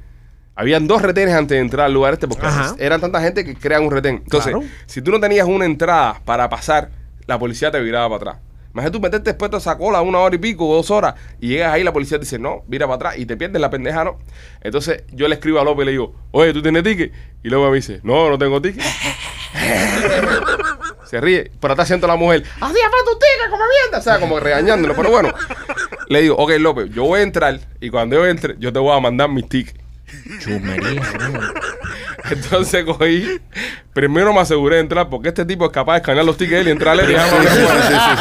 A: Habían dos retenes antes de entrar al lugar este porque
C: Ajá.
A: eran tanta gente que crean un retén. Entonces,
C: Claro.
A: si tú no tenías una entrada para pasar, la policía te viraba para atrás. Imagínate tú meterte después de esa cola una hora y pico, dos horas, y llegas ahí, la policía te dice, no, vira para atrás, y te pierdes la pendeja, ¿no? Entonces, yo le escribo a López y le digo, oye, ¿tú tienes ticket? Y luego me dice, no, no tengo ticket. Se ríe, pero está haciendo la mujer. Hacía falta un ticket, como mierda. O sea, como regañándolo. Pero bueno, le digo, ok, López, yo voy a entrar y cuando yo entre, yo te voy a mandar mis tickets.
B: Chumería, ¿no?
A: Entonces cogí, primero me aseguré de entrar porque este tipo es capaz de escanear los tickets él y entrarle. y dejarlo
D: Sí,
A: afuera.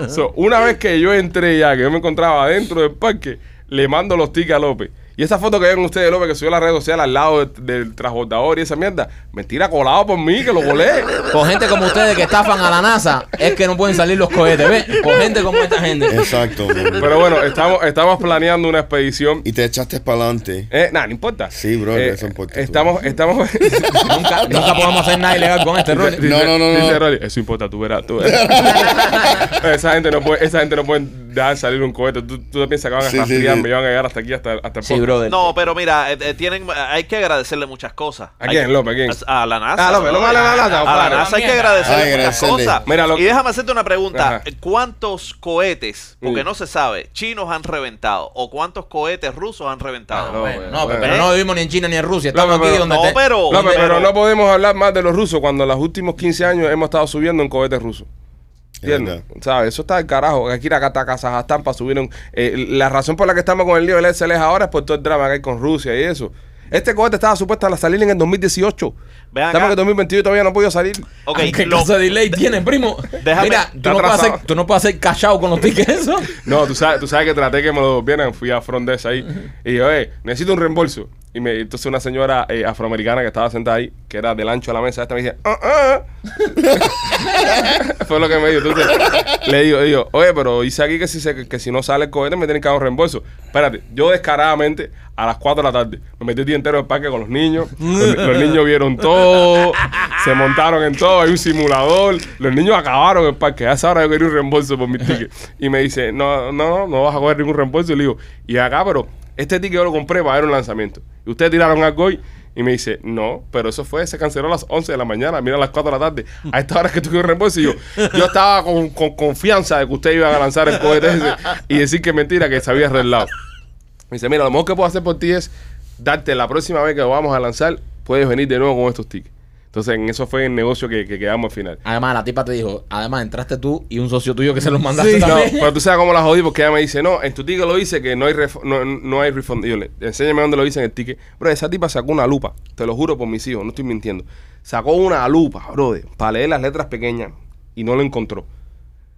D: sí, sí,
A: So, una vez que yo entré ya, que yo me encontraba dentro del parque, le mando los tickets a López. Y esa foto que ven ustedes de López que subió a las redes sociales al lado del, del transbordador y esa mierda, mentira colado por mí, que lo volé.
B: Con gente como ustedes que estafan a la NASA, es que no pueden salir los cohetes, ¿ves? Con gente como esta
D: sí.
B: gente.
D: Exacto. bro.
A: [laughs] Pero bueno, estamos, estamos planeando una expedición.
D: Y te echaste para adelante.
A: Eh, nada, no importa.
D: Sí, bro,
A: Eh,
D: eso importa.
A: Estamos, estamos.
D: [laughs]
B: Nunca, nunca podemos hacer nada ilegal con este rollo.
D: No, no, no, no.
A: Dice Rolly, eso importa, tú verás, tú
D: [laughs]
A: verás". esa gente no puede, esa gente no puede dejar salir un cohete. Tú, tú te piensas que van a
D: Sí, sí,
A: rastrearme,
D: sí.
A: y van a llegar hasta aquí, hasta, hasta el
B: Sí,
A: podcast.
B: brother.
E: No, pero mira, eh, eh, tienen, hay que agradecerle muchas cosas.
A: ¿A
E: Hay
A: quién,
E: que-
A: López, a quién?
E: A la NASA.
A: Ah, López,
E: ¿no?
A: López, a la- a la NASA,
E: A la
A: padre.
E: NASA hay que
D: Ay,
E: agradecerle muchas
D: agradecerle.
E: cosas.
A: Mira, lo-
E: Y déjame hacerte una pregunta.
A: Ajá.
E: ¿Cuántos cohetes, porque
A: Mm.
E: no se sabe, chinos han reventado? ¿O cuántos cohetes rusos han reventado?
A: Ah,
B: Bueno, no, pero no vivimos ni en China ni en Rusia.
A: No,
B: Estamos aquí
A: pero-
B: donde
E: no,
B: te-
E: pero-
A: López,
E: ¿Dónde-
A: pero no podemos hablar más de los rusos cuando los últimos 15 años hemos estado subiendo en cohetes rusos. ¿Entiendes?
D: Es
A: ¿Sabes? Eso está el carajo. Hay que ir acá hasta Kazajstán para subir. un- eh, la razón por la que estamos con el lío del SLS ahora es por todo el drama que hay con Rusia y eso. Este cohete estaba supuesto a salir en el 2018.
E: Ven acá.
A: Estamos en el 2022 y todavía no ha podido salir.
E: Ok,
B: Ay, ¿Qué
E: lo-
B: clase de delay tiene, primo?
E: Déjame-
B: Mira, tú
A: Está
B: no, puedes
A: atrasado.
B: hacer, tú no puedes hacer cachao con los tickets, eso.
A: No, tú sabes, tú sabes que traté que me lo devolvieran. Fui a Frondes ahí. Y yo, eh, necesito un reembolso. Y me, entonces una señora eh, afroamericana que estaba sentada ahí, que era del ancho a la mesa, esta me dice, ah, ah. [laughs] Fue lo que me dijo. Entonces, le digo, digo, oye, pero dice aquí que si, se- que si no sale el cohete me tienen que dar un reembolso. Espérate, yo descaradamente a las 4 de la tarde me metí el día entero en el parque con los niños. Los, los niños vieron todo, se montaron en todo, hay un simulador. Los niños acabaron el parque. A esa hora yo quería un reembolso por mi ticket. Y me dice, no, no, no, no vas a coger ningún reembolso. Y le digo, y acá, pero este ticket yo lo compré para ver un lanzamiento. Y ustedes tiraron algo hoy. Y me dice, no, pero eso fue, se canceló a las 11 de la mañana, mira a las 4 de la tarde. A esta hora es que tú quieres reembolso. Y yo, yo estaba con, con confianza de que ustedes iban a lanzar el cohete ese y decir que es mentira, que se había arreglado. Me dice, mira, lo mejor que puedo hacer por ti es darte la próxima vez que lo vamos a lanzar, puedes venir de nuevo con estos tickets. Entonces, en eso fue el negocio que, que quedamos al final.
B: Además, la tipa te dijo, además entraste este tú y un socio tuyo que se los mandaste
A: No,
B: también.
A: pero tú sabes cómo la jodí porque ella me dice, no, en tu ticket lo dice que no hay ref- no, no hay refund. Y yo le, enséñame dónde lo dice en el ticket. Bro, esa tipa sacó una lupa, te lo juro por mis hijos, no estoy mintiendo. Sacó una lupa, brother, para leer las letras pequeñas y no lo encontró.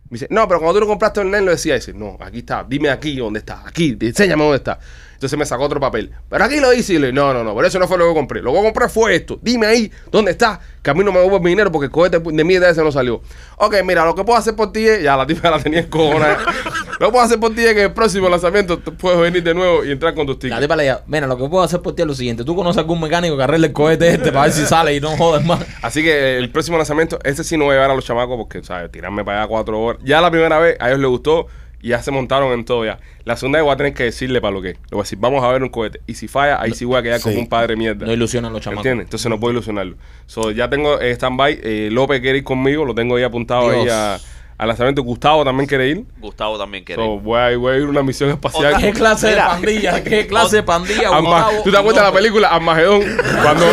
A: Me dice, no, pero cuando tú lo compraste online lo decía ese. No, aquí está, dime aquí dónde está, aquí, enséñame dónde está. Entonces me sacó otro papel. Pero aquí lo dice y le no, no, no, por eso no fue lo que compré. Lo que compré fue esto. Dime ahí dónde está, que a mí no me devuelve mi dinero porque el cohete de mi ese no salió. Ok, mira, lo que puedo hacer por ti es, ya la tipa la tenía en cojona. [laughs] lo que puedo hacer por ti es que el próximo lanzamiento tú puedes venir de nuevo y entrar con tus
B: La
A: tickets.
B: tipa le dijo, mira, lo que puedo hacer por ti es lo siguiente. Tú conoces a algún mecánico que arregle el cohete este para ver si sale y no jodes más.
A: Así que el próximo lanzamiento, ese sí no voy a llevar a los chamacos porque, ¿sabes? Tirarme para allá cuatro horas. Ya la primera vez a ellos les gustó y ya se montaron en todo ya. La segunda vez voy a tener que decirle para lo que. es. Le voy a decir, vamos a ver un cohete. Y si falla, ahí sí voy a quedar como
D: Sí.
A: un padre mierda.
B: No ilusionan los chamacos.
A: ¿Entiendes? Entonces no puedo ilusionarlo. So, ya tengo eh, stand-by. Eh, López quiere ir conmigo, lo tengo ahí apuntado ahí
B: Dios.
A: a- al lanzamiento. Gustavo también quiere ir.
E: Gustavo también quiere.
A: So, voy, a, voy a ir a una misión espacial. [laughs]
E: Otra-
B: ¿Qué clase
E: Mira.
B: de pandilla? ¿Qué clase de pandilla?
A: Arma-
B: Gustavo?
A: ¿Tú te acuerdas de la película Armagedón? Cuando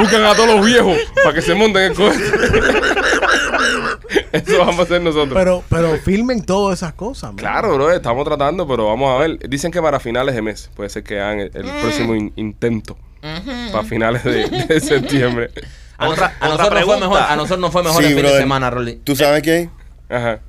A: buscan a todos los viejos para que se monten en el coche. Eso vamos a hacer nosotros.
C: Pero, pero filmen todas esas cosas, man.
A: claro, bro, estamos tratando, pero vamos a ver. Dicen que para finales de mes, puede ser que hagan el, el próximo in- intento. Para finales de, de septiembre.
B: A, nos-
E: Otra-
B: a
E: otra
B: nosotros no fue
E: pregunta.
B: mejor, a nosotros no fue mejor
D: Sí,
B: el fin de
D: brother.
B: semana, Rolly.
D: ¿Tú sabes qué?
A: Ajá.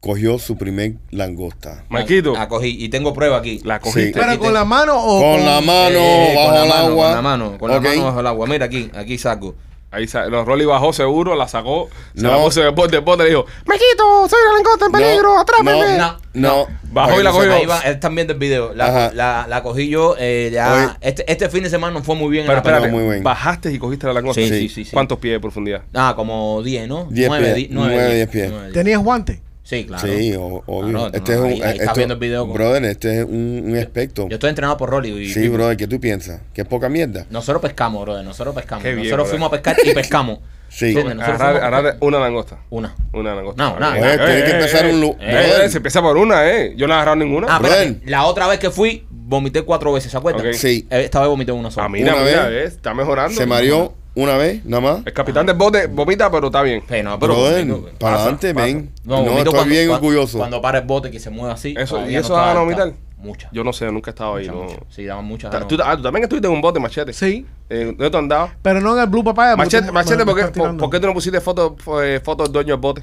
D: Cogió su primer langosta.
A: Maquito,
B: La cogí y tengo prueba aquí.
A: la cogiste.
C: Pero con la mano o
D: Con la mano,
B: Oh, Eh,
D: bajo
B: con la
D: el
B: mano,
D: agua.
B: Con la mano, con
D: Ok.
B: la mano bajo el agua. Mira aquí, aquí saco.
A: Ahí sa- no, Rolly bajó seguro, la sacó. Se
D: No.
A: la puso en el bote, el bote le dijo: Maquito, soy la langosta en peligro, atrápame.
D: No,
B: No.
D: no.
A: Bajó
D: Oye,
A: y Ah, la
D: no sé-
A: cogió.
B: Ahí va, él también del video. La,
D: Ajá.
B: la, la cogí yo eh,
D: Oye.
B: ya. Este, este fin de semana no fue muy bien. en
A: Pero
B: la pelota.
A: espérate,
D: muy bien.
A: bajaste y cogiste la langosta.
B: Sí, sí, sí, sí.
A: ¿Cuántos pies de profundidad?
B: Ah, como 10, ¿no?
D: 10
B: Nueve,
D: pies,
B: di- nueve,
D: nueve,
B: diez.
D: diez pies.
B: Nueve, diez.
C: tenías guante.
B: Sí, claro.
D: Sí, o- obvio.
B: Claro,
D: este
B: no, ahí-
D: es un.
B: ahí
D: esto-
B: estás viendo el video.
D: Brother, este es un, un aspecto.
B: Yo estoy entrenado por Rolly. y-
D: Sí, brother, ¿qué tú piensas? ¿Que es poca mierda?
B: Nosotros pescamos, brother. Nosotros pescamos.
A: Qué bien,
B: nosotros
A: brother.
B: fuimos a pescar y pescamos.
D: [laughs] Sí.
B: ¿Entiendes?
A: Agarrar-
B: Nosotros fuimos a
A: agarrar
B: pescar.
A: una langosta.
B: Una.
A: Una langosta.
B: No, no.
A: Eh,
D: Oye, tiene que empezar un lu- brother.
A: se empieza por una, ¿eh? Yo no he agarrado ninguna.
B: Ah,
D: Brother.
B: espérate. La otra vez que fui, vomité cuatro veces, ¿se acuerdan?
A: Ok.
D: Sí.
B: Eh, Esta vez vomité una sola.
A: ah, mira,
D: una
A: mira,
D: vez.
A: ¿ves? Está mejorando.
D: Se mareó una vez, nada más.
A: El capitán del bote vomita, pero está bien.
B: Sí, no, Eh, pero ah,
D: Brother,
B: vomito,
D: para
B: pasa,
D: adelante,
B: pasa.
D: ven.
B: No,
D: No,
B: vomito
D: estoy
B: cuando-
D: bien
B: cua-
D: orgulloso.
B: Cuando para el bote que se mueve así.
A: Eso-
B: todavía
A: ¿Y eso
B: estaba
A: daban a
B: adaptado.
A: vomitar?
B: Muchas.
A: Yo no sé, nunca he estado ahí.
B: muchas,
A: no.
B: muchas. Sí, daban muchas.
A: Ta-
B: daban
A: tú,
B: muchas.
A: ah, tú también estuviste en un bote, machete.
C: Sí.
A: Eh, ¿Dónde tú andabas?
C: Pero no en el Blue Papaya. porque
A: Machete,
C: me-
A: machete
C: me
A: ¿por, qué,
C: estás
A: por,
C: tirando.
A: por qué tú no pusiste foto, eh, foto del dueño del
C: [laughs]
A: bote?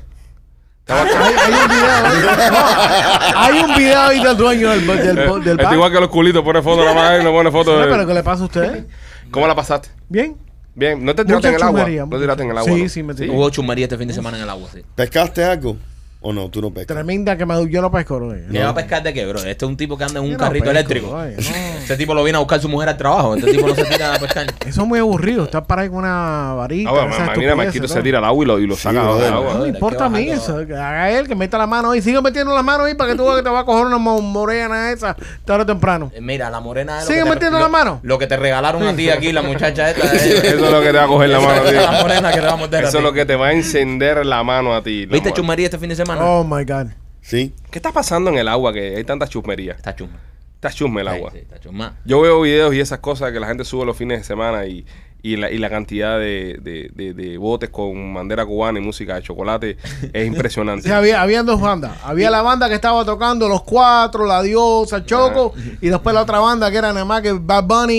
A: Estaba
C: Hay un [laughs] video. ¿eh? No, hay un video ahí del dueño del, del,
A: [laughs] Eh,
C: del, del
A: es
C: bar.
A: igual que los culitos, pone foto nada más y no pone foto.
C: No,
A: de-
C: pero ¿qué le pasa a ustedes?
A: ¿Cómo la pasaste?
C: Bien.
A: Bien, no te
C: Mucha
A: tiraste en el agua.
C: chumería,
A: No
C: mucha
A: te tiraste en el agua.
C: Sí,
A: ¿no?
C: sí, me tiré.
B: Hubo chumería este fin de semana en el agua, sí.
D: ¿Pescaste algo? ¿O no? Tú no pescas.
C: Tremenda quemadura. Yo no pesco, bro.
B: ¿Le va a pescar de qué, bro? Este es un tipo que anda en un
C: Yo no
B: carrito
C: pesco,
B: eléctrico.
C: oye, no.
B: [laughs] Este tipo lo viene a buscar su mujer al trabajo. Este tipo no se tira
A: [laughs]
B: a pescar.
C: Eso es muy aburrido. Estar parado con una varita.
A: Ah, bueno,
C: esas
A: ma- mira,
C: estupideces,
A: Marquito se
C: ¿no?
A: tira al agua y lo, y lo
D: Sí,
A: saca del
D: brother.
C: No
A: agua.
C: me
B: Hay que
C: importa a mí
B: bajarlo.
C: eso. Haga él que meta la mano ahí. Sigue metiendo la mano ahí para que tú veas que te va a coger una mo- morena esa tarde o temprano.
B: Eh, Mira, la morena. es lo
C: Sigue
B: que te-
C: metiendo
B: lo-
C: la mano.
B: Lo que te regalaron a ti aquí, la
A: [laughs]
B: muchacha esta. eh.
A: Eso es lo que te va a coger la mano, tío.
B: La morena que te va a morder a
A: Eso es
B: ti.
A: lo que te va a encender la mano a ti. la
B: ¿Viste
A: mano.
B: chumería este fin de semana?
C: Oh my God.
D: Sí.
A: ¿Qué está pasando en el agua que hay tanta chusmería?
B: Está chuma.
A: Está chusme el
B: Sí,
A: agua.
B: sí, está chuma.
A: Yo veo videos y esas cosas que la gente sube los fines de semana y, y, la, y la cantidad de, de- de- de botes con bandera cubana y música de chocolate
C: [laughs]
A: es impresionante.
C: Sí, había, habían dos bandas. Había la banda que estaba tocando Los Cuatro, La Diosa,
A: Ah.
C: Choco, y después la otra banda que era nada más que Bad Bunny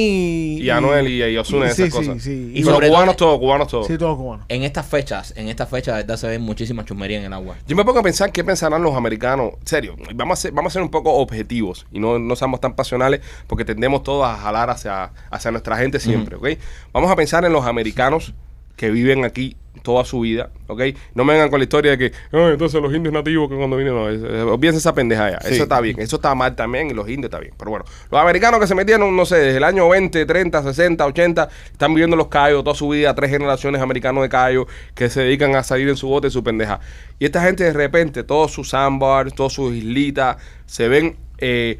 C: y,
A: y Anuel y, y Ozuna,
C: Sí,
A: esas
C: sí,
A: cosas.
C: sí.
A: Y
C: Y
A: Pero
B: sobre
A: cubanos
B: todo-
A: todos, cubanos todos.
C: Sí, todos cubanos.
B: En estas fechas, en estas fechas, de verdad se ve muchísima chumería en el agua.
A: Yo me pongo a pensar qué pensarán los americanos. Serio, vamos a ser, vamos a ser un poco objetivos y no, no seamos tan pasionales porque tendemos todos a jalar hacia, hacia nuestra gente siempre, ¿ok? Vamos a pensar en los americanos que viven aquí toda su vida, ¿ok? No me vengan con la historia de que, "Ay, entonces los indios nativos que cuando vinieron, no, es- es- olvídense esa pendeja ya.
D: Sí.
A: Eso está bien, eso está mal también y los indios está bien. Pero bueno, los americanos que se metieron, no sé, desde el año 20, 30, 60, 80, están viviendo los callos toda su vida, tres generaciones americanos de callos que se dedican a salir en su bote y su pendeja. Y esta gente de repente, todos sus sandbars, todas sus
B: [laughs]
A: islitas, se ven eh,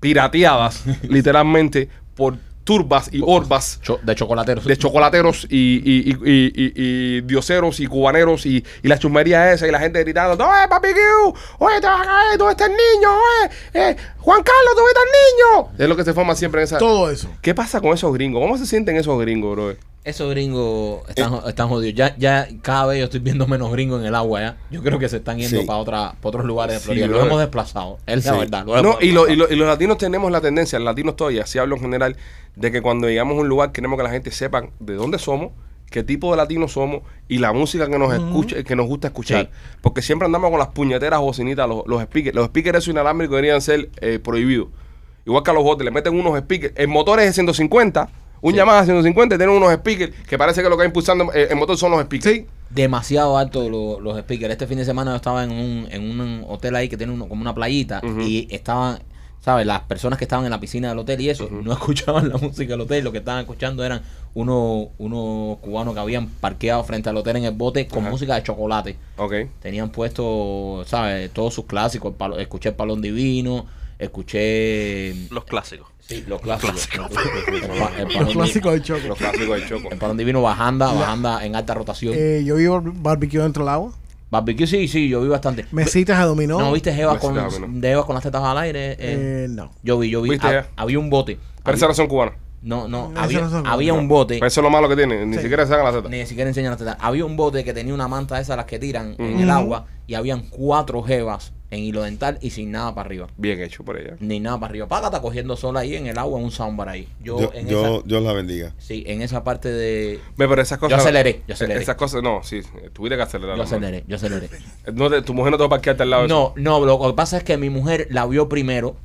A: pirateadas, literalmente, por turbas y orbas
B: Cho- de chocolateros.
A: de chocolateros y, y, y- y- y- y dioseros y cubaneros y, y la chusmería esa y la gente gritando, ¡Oye, papi Q! ¡Oye, te vas a caer! ¿Dónde está el niño? ¡Oye! eh, ¡Juan Carlos, ¿dónde está el niño! Es lo que se forma siempre en esa...
C: Todo eso.
A: ¿Qué pasa con esos gringos? ¿Cómo se sienten esos gringos, bro?
B: Esos
A: Eh.
B: gringos están, están jodidos. Ya, ya cada vez yo estoy viendo menos gringos en el agua ya. Yo creo que se están yendo
D: Sí.
B: para otra, pa' otros lugares de
A: Sí,
B: Florida. lo
A: brother.
B: hemos desplazado. Es la
D: Sí.
B: verdad. lo
A: No,
B: hemos
A: y, lo- y
B: desplazado.
A: lo- y los latinos tenemos la tendencia, los latinos todavía, así hablo en general, de que cuando llegamos a un lugar queremos que la gente sepa de dónde somos, qué tipo de latinos somos y la música que nos escucha, que nos gusta escuchar. Porque siempre andamos con las puñeteras bocinitas, los, los speakers. Los speakers esos inalámbricos deberían ser eh, prohibidos. Igual que a los botes, le meten unos speakers. El motor es de 150, un Yamaha 150, tienen unos speakers que parece que lo que va impulsando eh, el motor son los speakers. Sí.
B: demasiado alto lo- los speakers. Este fin de semana yo estaba en un, en un hotel ahí que tiene uno- como una playita
A: Ujú.
B: y estaban, ¿sabes? Las personas que estaban en la piscina del hotel y eso, no [laughs] escuchaban la música del hotel, lo que estaban escuchando eran unos, unos cubanos que habían parqueado frente al hotel en el bote con
A: Ajá.
B: música de chocolate.
A: Ok.
B: Tenían puesto, ¿sabes? Todos sus clásicos. El palo- escuché el Palón Divino, escuché...
E: Los clásicos.
B: Sí, los clásicos. El pa- el Palón
C: Los clásicos de
A: Los
C: Choco.
A: clásicos de Choco.
B: Di- El Palón Divino bajanda, bajanda en alta rotación.
C: Eh, yo vivo barbecue dentro del agua.
B: Barbecue sí, sí, yo vi bastante.
C: Mesitas a dominó.
B: No, viste Jeva
A: No,
B: con,
A: sí, Pues, no, no.
B: de Jeva con las tetas al aire. eh?
C: Eh, no.
B: yo vi, yo vi.
A: ¿Viste
B: Hab-
A: Jeva?
B: había un bote.
A: Pero Pues,
B: Había-
A: esas no son cubanas.
B: no, no,
C: No,
B: había,
C: esas no son-
B: había
C: no.
B: un bote.
A: Eso es lo malo que tienen. Ni
C: Sí.
A: siquiera se sacan la Z.
B: Ni siquiera enseñan las tetas. Había un bote que tenía una manta de esas las que tiran en
A: Ujú.
B: el agua y habían cuatro Jevas en hilo dental y sin nada para arriba.
A: Bien hecho por ella.
B: Ni nada para arriba. Págata cogiendo sola ahí en el agua en un soundbar ahí. Yo,
D: Yo-
B: en
D: yo-
B: esa.
D: Dios la bendiga.
B: Sí, en esa parte de.
A: Ve, pero esas cosas. Eh,
B: Yo aceleré, yo aceleré.
A: Esas cosas, no, sí, tuviera que acelerar.
B: Yo aceleré,
A: [laughs]
B: yo aceleré.
A: No te- tu mujer no te va a parquearte al lado. de
B: No, no, lo que pasa es que mi mujer la vio primero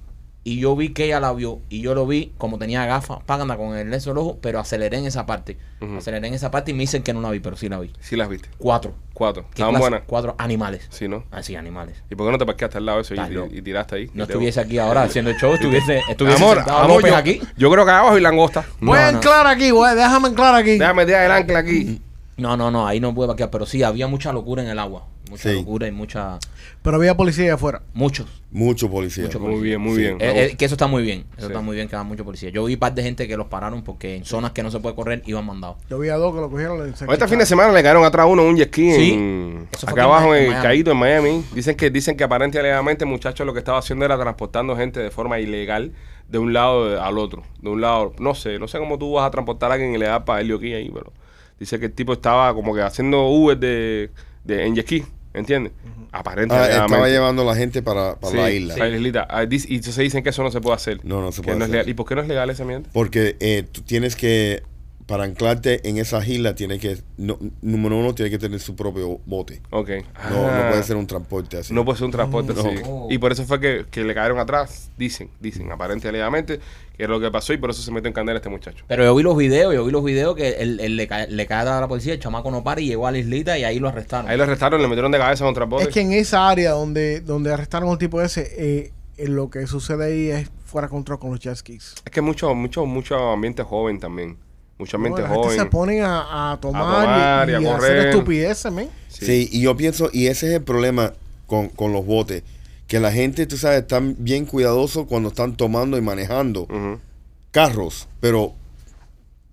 B: y yo vi que ella la vio y yo lo vi como tenía gafas, págana con el lente del ojo, pero aceleré en esa parte.
A: Ujú.
B: Aceleré en esa parte y me dicen que no la vi, pero sí la vi.
A: eso. Sí, las viste.
B: Cuatro.
A: Cuatro.
B: ¿Qué
A: Estaban
B: clase?
A: buenas.
B: Cuatro animales.
A: Sí, ¿no?
B: Así, animales.
A: ¿Y por qué no te parqueaste al lado de eso y,
B: Estás loco.
A: y- y tiraste ahí?
B: No
A: Y te-
B: estuviese aquí ahora haciendo el
A: [laughs]
B: show, estuviese, estuviese
A: amor,
B: sentado
A: amor,
B: López
A: yo,
B: aquí.
A: Yo creo que abajo y langosta.
B: No,
C: voy a
B: no.
C: anclar aquí, güey. Déjame anclar aquí.
A: Déjame tirar el ancla aquí.
B: No, no, no, ahí no pude vaquear, pero sí, había mucha locura en el agua. Mucha
D: Sí.
B: locura y mucha...
C: Pero había policía allá afuera.
B: Muchos.
D: Mucho policía.
A: Muy bien, muy bien.
B: Eh, eh, que eso está muy bien. Eso
A: Sí.
B: está muy bien que hagan mucho policía. Yo vi un par de gente que los pararon porque en zonas que no se puede correr iban mandados.
C: Yo vi a dos que lo cogieron. lo
A: Este
C: ensanquicharon.
A: fin de semana le cayeron atrás a uno en un jet ski
B: Sí.
A: en-
B: Eso fue
A: acá
B: aquí en
A: abajo
B: Ma- en
A: en el
B: Miami.
A: caído en Miami. Dicen que dicen que aparentemente alegadamente el muchacho lo que estaba haciendo era transportando gente de forma ilegal de un lado de- al otro, de un lado, no sé, no sé cómo tú vas a transportar a alguien ilegal para Helio aquí ahí, pero dice que el tipo estaba como que haciendo Uber de, de en jet ski, ¿entiendes?
D: Ah,
A: Aparentemente.
D: estaba llevando a la gente para, para
A: Sí,
D: la isla.
A: para la islita. Ah, dice- Y entonces dicen que eso no se puede hacer.
D: No, no se
A: Que
D: puede
A: es
D: hacer.
A: legal. ¿Y por qué no es legal esa mierda?
D: Porque eh, tú tienes que, para anclarte en esa isla, tienes que, no- número uno, tienes que tener su propio bote.
A: Ok.
D: No, no
A: Ah.
D: puede ser un transporte así.
A: No puede ser un transporte
D: No.
A: así. Y por eso fue que, que le cayeron atrás, dicen, dicen, aparentemente alegadamente, que es lo que pasó y por eso se metió en candela este muchacho.
B: Pero yo vi los
G: Eh,
B: videos, yo vi los videos que él, él le, cae, le cae a la policía, el chamaco no para y llegó a la islita y ahí lo arrestaron.
A: Ahí lo arrestaron, le metieron de cabeza en un transporte.
C: Es que en esa área donde, donde arrestaron al tipo ese, eh, eh, lo que sucede ahí es fuera de control con los jet skis.
A: es que mucho, mucho, mucho ambiente joven también. Mucho
C: No,
A: ambiente
C: la gente
A: joven.
C: se ponen a, a tomar,
A: tomar
C: y,
A: y a
C: y a hacer
A: correr.
C: estupideces, men.
D: Sí. y yo pienso, y ese es el problema con, con los botes, que la gente, tú sabes, están bien cuidadosos cuando están tomando y manejando
A: Ujú.
D: carros, pero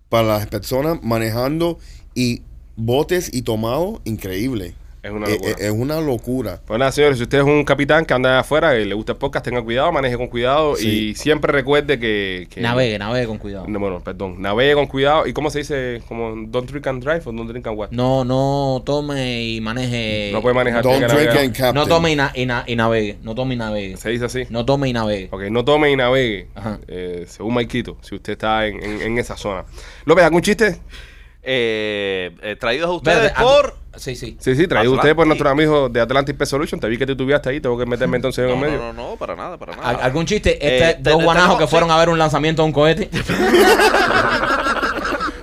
D: para las personas manejando y botes y tomado, increíble.
A: Es una
D: Eh,
A: locura.
D: eh, es una locura.
A: Pues nada, señores, si usted es un capitán que anda afuera y le gusta el podcast, tenga cuidado, maneje con cuidado
D: Sí.
A: y siempre recuerde que. que-
B: Navegue, navegue con cuidado.
A: No, bueno, perdón, navegue con cuidado. ¿Y cómo se dice? Como don't drink and drive o don't drink and what?
B: No, no tome y maneje.
A: No puede manejar.
D: Don't
A: tiene que
D: drink
A: navegar.
D: and captain.
B: No tome y, na- y na- y navegue. No tome y navegue.
A: Se dice así.
B: No tome y navegue.
A: Ok, no tome y navegue,
B: Ajá.
A: eh, según Maikito, si usted está en, en- en esa zona. López, ¿algún chiste?
E: Eh, eh, traídos a ustedes
B: Espérate,
E: por.
B: ah, Sí, sí.
A: Sí, sí, traído
E: Atlantic.
A: usted por nuestros amigos de Atlantic Pest Solution. Te vi que te tuviste ahí, tengo que meterme entonces en
E: No,
A: el medio.
E: no, no, no, para nada, para
A: Ah.
B: Al-
E: nada.
B: ¿Algún chiste?
E: Eh,
B: Este,
E: te-
B: dos guanajos
E: tenemos-
B: que fueron
E: sí.
B: a ver un lanzamiento de un cohete.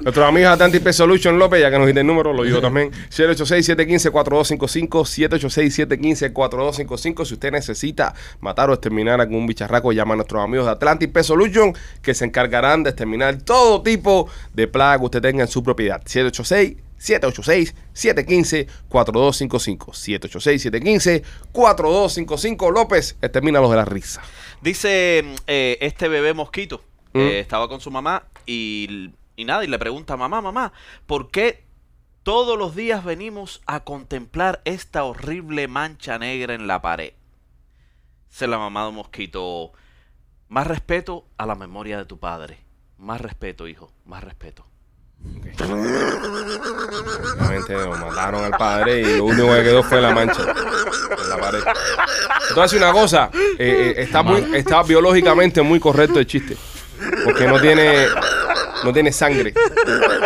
A: Nuestros amigos de Atlantic Pest Solution López, ya que nos diste el número, lo digo también. 786-715-4255, 786-715-4255. Si usted necesita matar o exterminar algún bicharraco, llama a nuestros amigos de Atlantic Pest Solution, que se encargarán de exterminar todo tipo de plaga que usted tenga en su propiedad. 786 786-715-4255. 786-715-4255. López, extermina los de la risa.
E: Dice mm, eh, este bebé mosquito. eh,
A: Mm.
E: estaba con su mamá y, y nada, y le pregunta a mamá, mamá, ¿por qué todos los días venimos a contemplar esta horrible mancha negra en la pared? Se la mamá de Mosquito, más respeto a la memoria de tu padre. Más respeto, hijo, más respeto.
A: Obviamente lo mataron al padre y lo único que quedó fue la mancha en la pared. Entonces, una cosa, eh, eh, está, muy, está biológicamente muy correcto el chiste. Porque no tiene, no tiene sangre.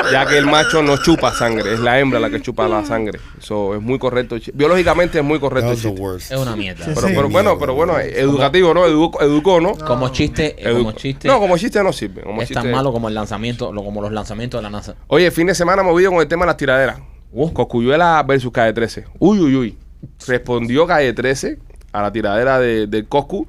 A: Ya que el macho no chupa sangre, es la hembra la que chupa la sangre. Eso es muy correcto. el chiste. Biológicamente es muy
D: That
A: correcto el
D: was the
A: chiste.
D: worst.
G: Es una mierda.
C: Sí,
A: Pero,
C: sí.
A: pero bueno, pero bueno, eh, educativo, ¿no? Edu- educó, ¿no?
G: Como chiste, eh, como
A: Edu-
G: chiste.
A: No, como chiste no sirve. Como
G: es
A: chiste-
G: tan malo como el lanzamiento, lo- como los lanzamientos de la NASA.
A: Oye, fin de semana movido con el tema de las tiraderas. Coscuyuela versus Calle 13. Uy, uy, uy. Respondió Calle 13 a la tiradera de, de Coscu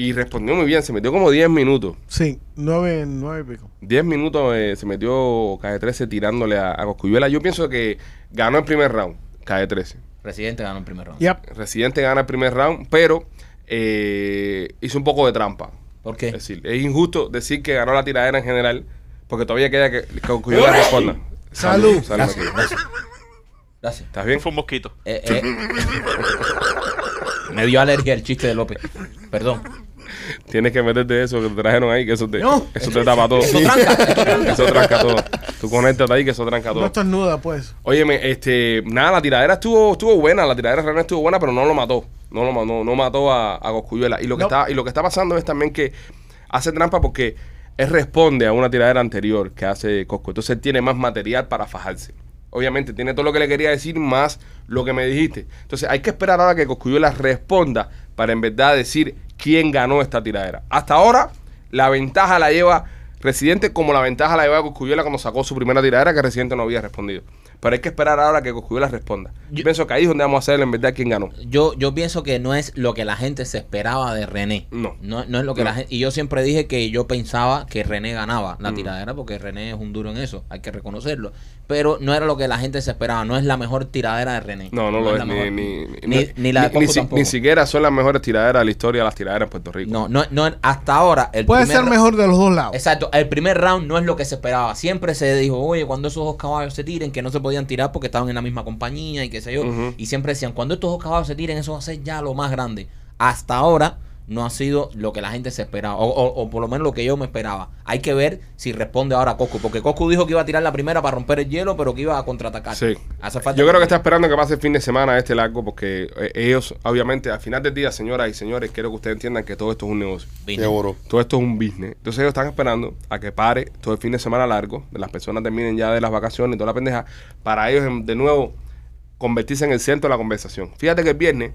A: y respondió muy bien. Se metió como 10 minutos.
C: Sí, nueve, nueve y pico.
A: 10 minutos eh, se metió Calle 13 tirándole a, a Coscuyuela. Yo pienso que ganó el primer round, Calle 13.
G: Residente ganó el primer round.
C: Yep.
A: Residente gana el primer round, pero eh, hizo un poco de trampa.
B: Eh.
G: ¿Por qué?
A: Es decir, es injusto decir que ganó la tiradera en general porque todavía queda que, que Coscuyuela responda.
C: Salud.
A: Matías.
G: Gracias.
A: ¿Estás bien?
E: Fue un mosquito.
G: Eh, eh. Me dio alergia el chiste de López. Perdón.
A: Tienes que meterte eso que te trajeron ahí, que eso te,
C: No.
A: eso te tapa todo. Eso tranca, [laughs] eso tranca todo. Tú conéctate ahí que eso tranca
C: No
A: todo.
C: estás nuda, pues.
A: Óyeme, este, nada, la tiradera estuvo, estuvo buena, la tiradera realmente estuvo buena, pero no lo mató. No lo ma- no, no mató a, a Cosculluela. Y lo que
C: No.
A: está, y lo que está pasando es también que hace trampa porque él responde a una tiradera anterior que hace Coscu. Entonces él tiene más material para fajarse. Obviamente, tiene todo lo que le quería decir más lo que me dijiste. Entonces hay que esperar ahora que Cosculluela responda para en verdad decir quién ganó esta tiradera. Hasta ahora, la ventaja la lleva Residente como la ventaja la lleva Cosculluela cuando sacó su primera tiradera que Residente no había respondido. Pero hay que esperar ahora que Cosculluela responda. Yo pienso que ahí es donde vamos a saber en verdad quién ganó.
G: Yo, yo pienso que no es lo que la gente se esperaba de René.
A: No.
G: No, no es lo que la gente. Y yo siempre dije que yo pensaba que René ganaba
A: Mm.
G: la tiradera porque René es un duro en eso. Hay que reconocerlo. Pero no era lo que la gente se esperaba. No es la mejor tiradera de René.
A: No, no lo
G: la
A: es. Ni,
G: mejor.
A: ni, ni-
G: Ni-
A: no-
G: ni la de
A: ni,
G: Coco
A: si-
G: tampoco.
A: ni siquiera son las mejores tiraderas de la historia, las tiraderas en Puerto Rico.
G: No, no, no, hasta ahora. El
C: Puede
G: primer
C: ser
G: ra-
C: mejor de los dos lados.
G: Exacto, el primer round no es lo que se esperaba. Siempre se dijo, oye, cuando esos dos caballos se tiren, que no se podían tirar porque estaban en la misma compañía y qué sé yo.
A: Ujú.
G: Y siempre decían, cuando estos dos caballos se tiren, eso va a ser ya lo más grande. Hasta ahora no ha sido lo que la gente se esperaba, o, o- o por lo menos lo que yo me esperaba. Hay que ver si responde ahora Coscu, porque Coscu dijo que iba a tirar la primera para romper el hielo, pero que iba a contraatacar.
A: Sí.
G: Hace falta
A: Yo creo que está esperando que pase el fin de semana este largo porque eh, ellos, obviamente, al final del día, señoras y señores, quiero que ustedes entiendan que todo esto es un negocio.
D: Te borró.
A: Todo esto es un business. Entonces ellos están esperando a que pare todo el fin de semana largo, de las personas terminen ya de las vacaciones y toda la pendeja, para ellos em, de nuevo convertirse en el centro de la conversación. Fíjate que el viernes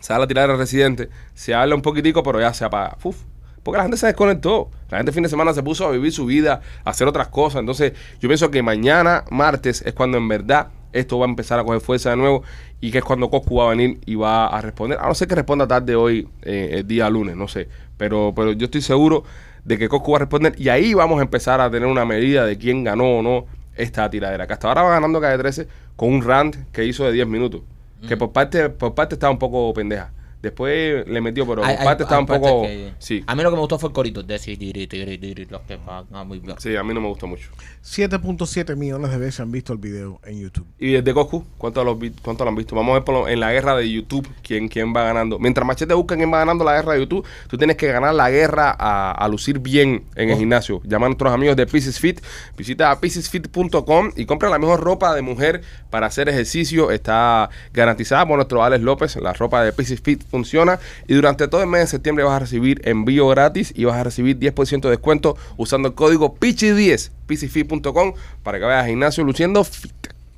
A: se da la tirada del residente, se habla un poquitico, pero ya se apaga. Uf, porque la gente se desconectó. La gente el fin de semana se puso a vivir su vida, a hacer otras cosas. Entonces, yo pienso que mañana, martes, es cuando en verdad esto va a empezar a coger fuerza de nuevo y que es cuando Coscu va a venir y va a responder. A no ser que responda tarde hoy, eh, el día lunes, no sé. Pero, pero yo estoy seguro de que Coscu va a responder y ahí vamos a empezar a tener una medida de quién ganó o no esta tiradera. Que hasta ahora va ganando Calle 13 con un rant que hizo de 10 minutos. Que
G: Mm.
A: por parte, por parte estaba un poco pendeja. Después le metió, pero
G: Hay-
A: por
G: hay-
A: parte estaba
G: hay
A: un
G: partes
A: poco.
G: que-
A: Sí.
G: A mí lo que me gustó fue el corito. Decir, tiri, tiri, tiri, los que van a muy bien.
A: sí, a mí no me gustó mucho.
C: 7.7 millones de veces han visto el video en YouTube.
A: Y desde Goku, ¿cuánto lo, cuánto lo han visto? Vamos a ver por lo- en la guerra de YouTube quién, quién va ganando. Mientras Machete busca quién va ganando la guerra de YouTube, tú tienes que ganar la guerra a, a lucir bien en el gimnasio. Llama a nuestros amigos de Pieces Fit. Visita a piecesfit.com y compra la mejor ropa de mujer para hacer ejercicio. Está garantizada por nuestro Alex López. La ropa de Pieces Fit funciona. Y durante todo el mes de septiembre vas a recibir envío gratis y vas a recibir 10% de descuento usando el código PICHI10, piecesfit.com, para que vayas al gimnasio luciendo fit.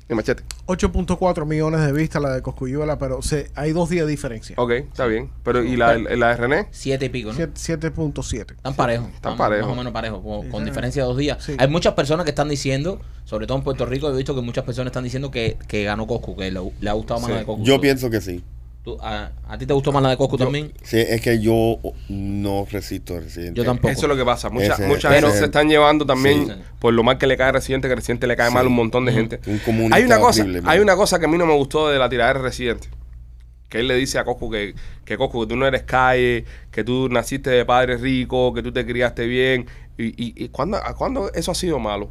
A: Y machete.
C: 8.4 millones de vistas la de Coscuyuela, pero se, hay dos días de diferencia.
A: Ok, está bien. Pero ¿y la, la de René?
G: Siete y pico, ¿no?
C: Siete- 7.7.
G: Están parejos. Están
A: parejos.
G: Más o menos parejos, con, con
C: Sí.
G: diferencia de dos días.
C: Sí.
G: Hay muchas personas que están diciendo, sobre todo en Puerto Rico, he visto que muchas personas están diciendo que, que ganó Coscu, que le, le ha gustado más
A: Sí.
G: la de Coscu.
D: Yo
G: ¿Tú-
D: pienso que sí.
G: tú- a, a ti te gustó más la de Coscu también?
D: Sí, es que yo no resisto al residente.
G: Yo tampoco.
A: Eso es lo que pasa. Mucha-
D: Ese-
A: muchas
D: ese-
A: veces se están llevando también
G: Sí.
A: por lo mal que le cae a Residente, que Residente le cae mal a un montón de gente.
D: Un comunista
A: hay una cosa,
D: horrible, man.
A: hay una cosa que a mí no me gustó de la tiradera de Residente. que él le dice a Coscu que, que Coscu, que tú no eres calle, que tú naciste de padre rico, que tú te criaste bien. ¿Y, y, y cuándo, a cuándo eso ha sido malo?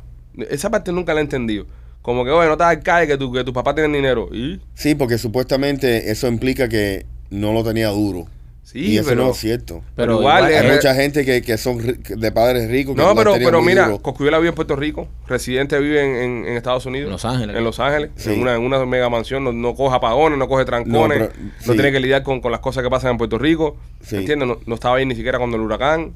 A: Esa parte nunca la he entendido. Como que, oye, no estás en calle, que tu, que tu papá tiene dinero. ¿Y?
D: Sí, porque supuestamente eso implica que no lo tenía duro.
A: Sí,
D: y eso
A: pero-
D: no es cierto.
A: Pero igual
D: Hay
A: Eh,
D: mucha gente que, que son ri- de padres ricos. que
A: No,
D: han
A: pero,
D: tenido
A: pero
D: muy
A: mira,
D: duro.
A: Coscuyuela vive en Puerto Rico, residente vive en, en- en Estados Unidos.
B: En Los Ángeles.
A: En Los Ángeles,
D: Sí.
A: en, una, en una mega mansión, no, no coge apagones, no coge trancones, no,
D: No, pero- sí.
A: tiene que lidiar con, con las cosas que pasan en Puerto Rico.
D: Sí.
A: ¿Entiendes? No, no estaba ahí ni siquiera cuando el huracán.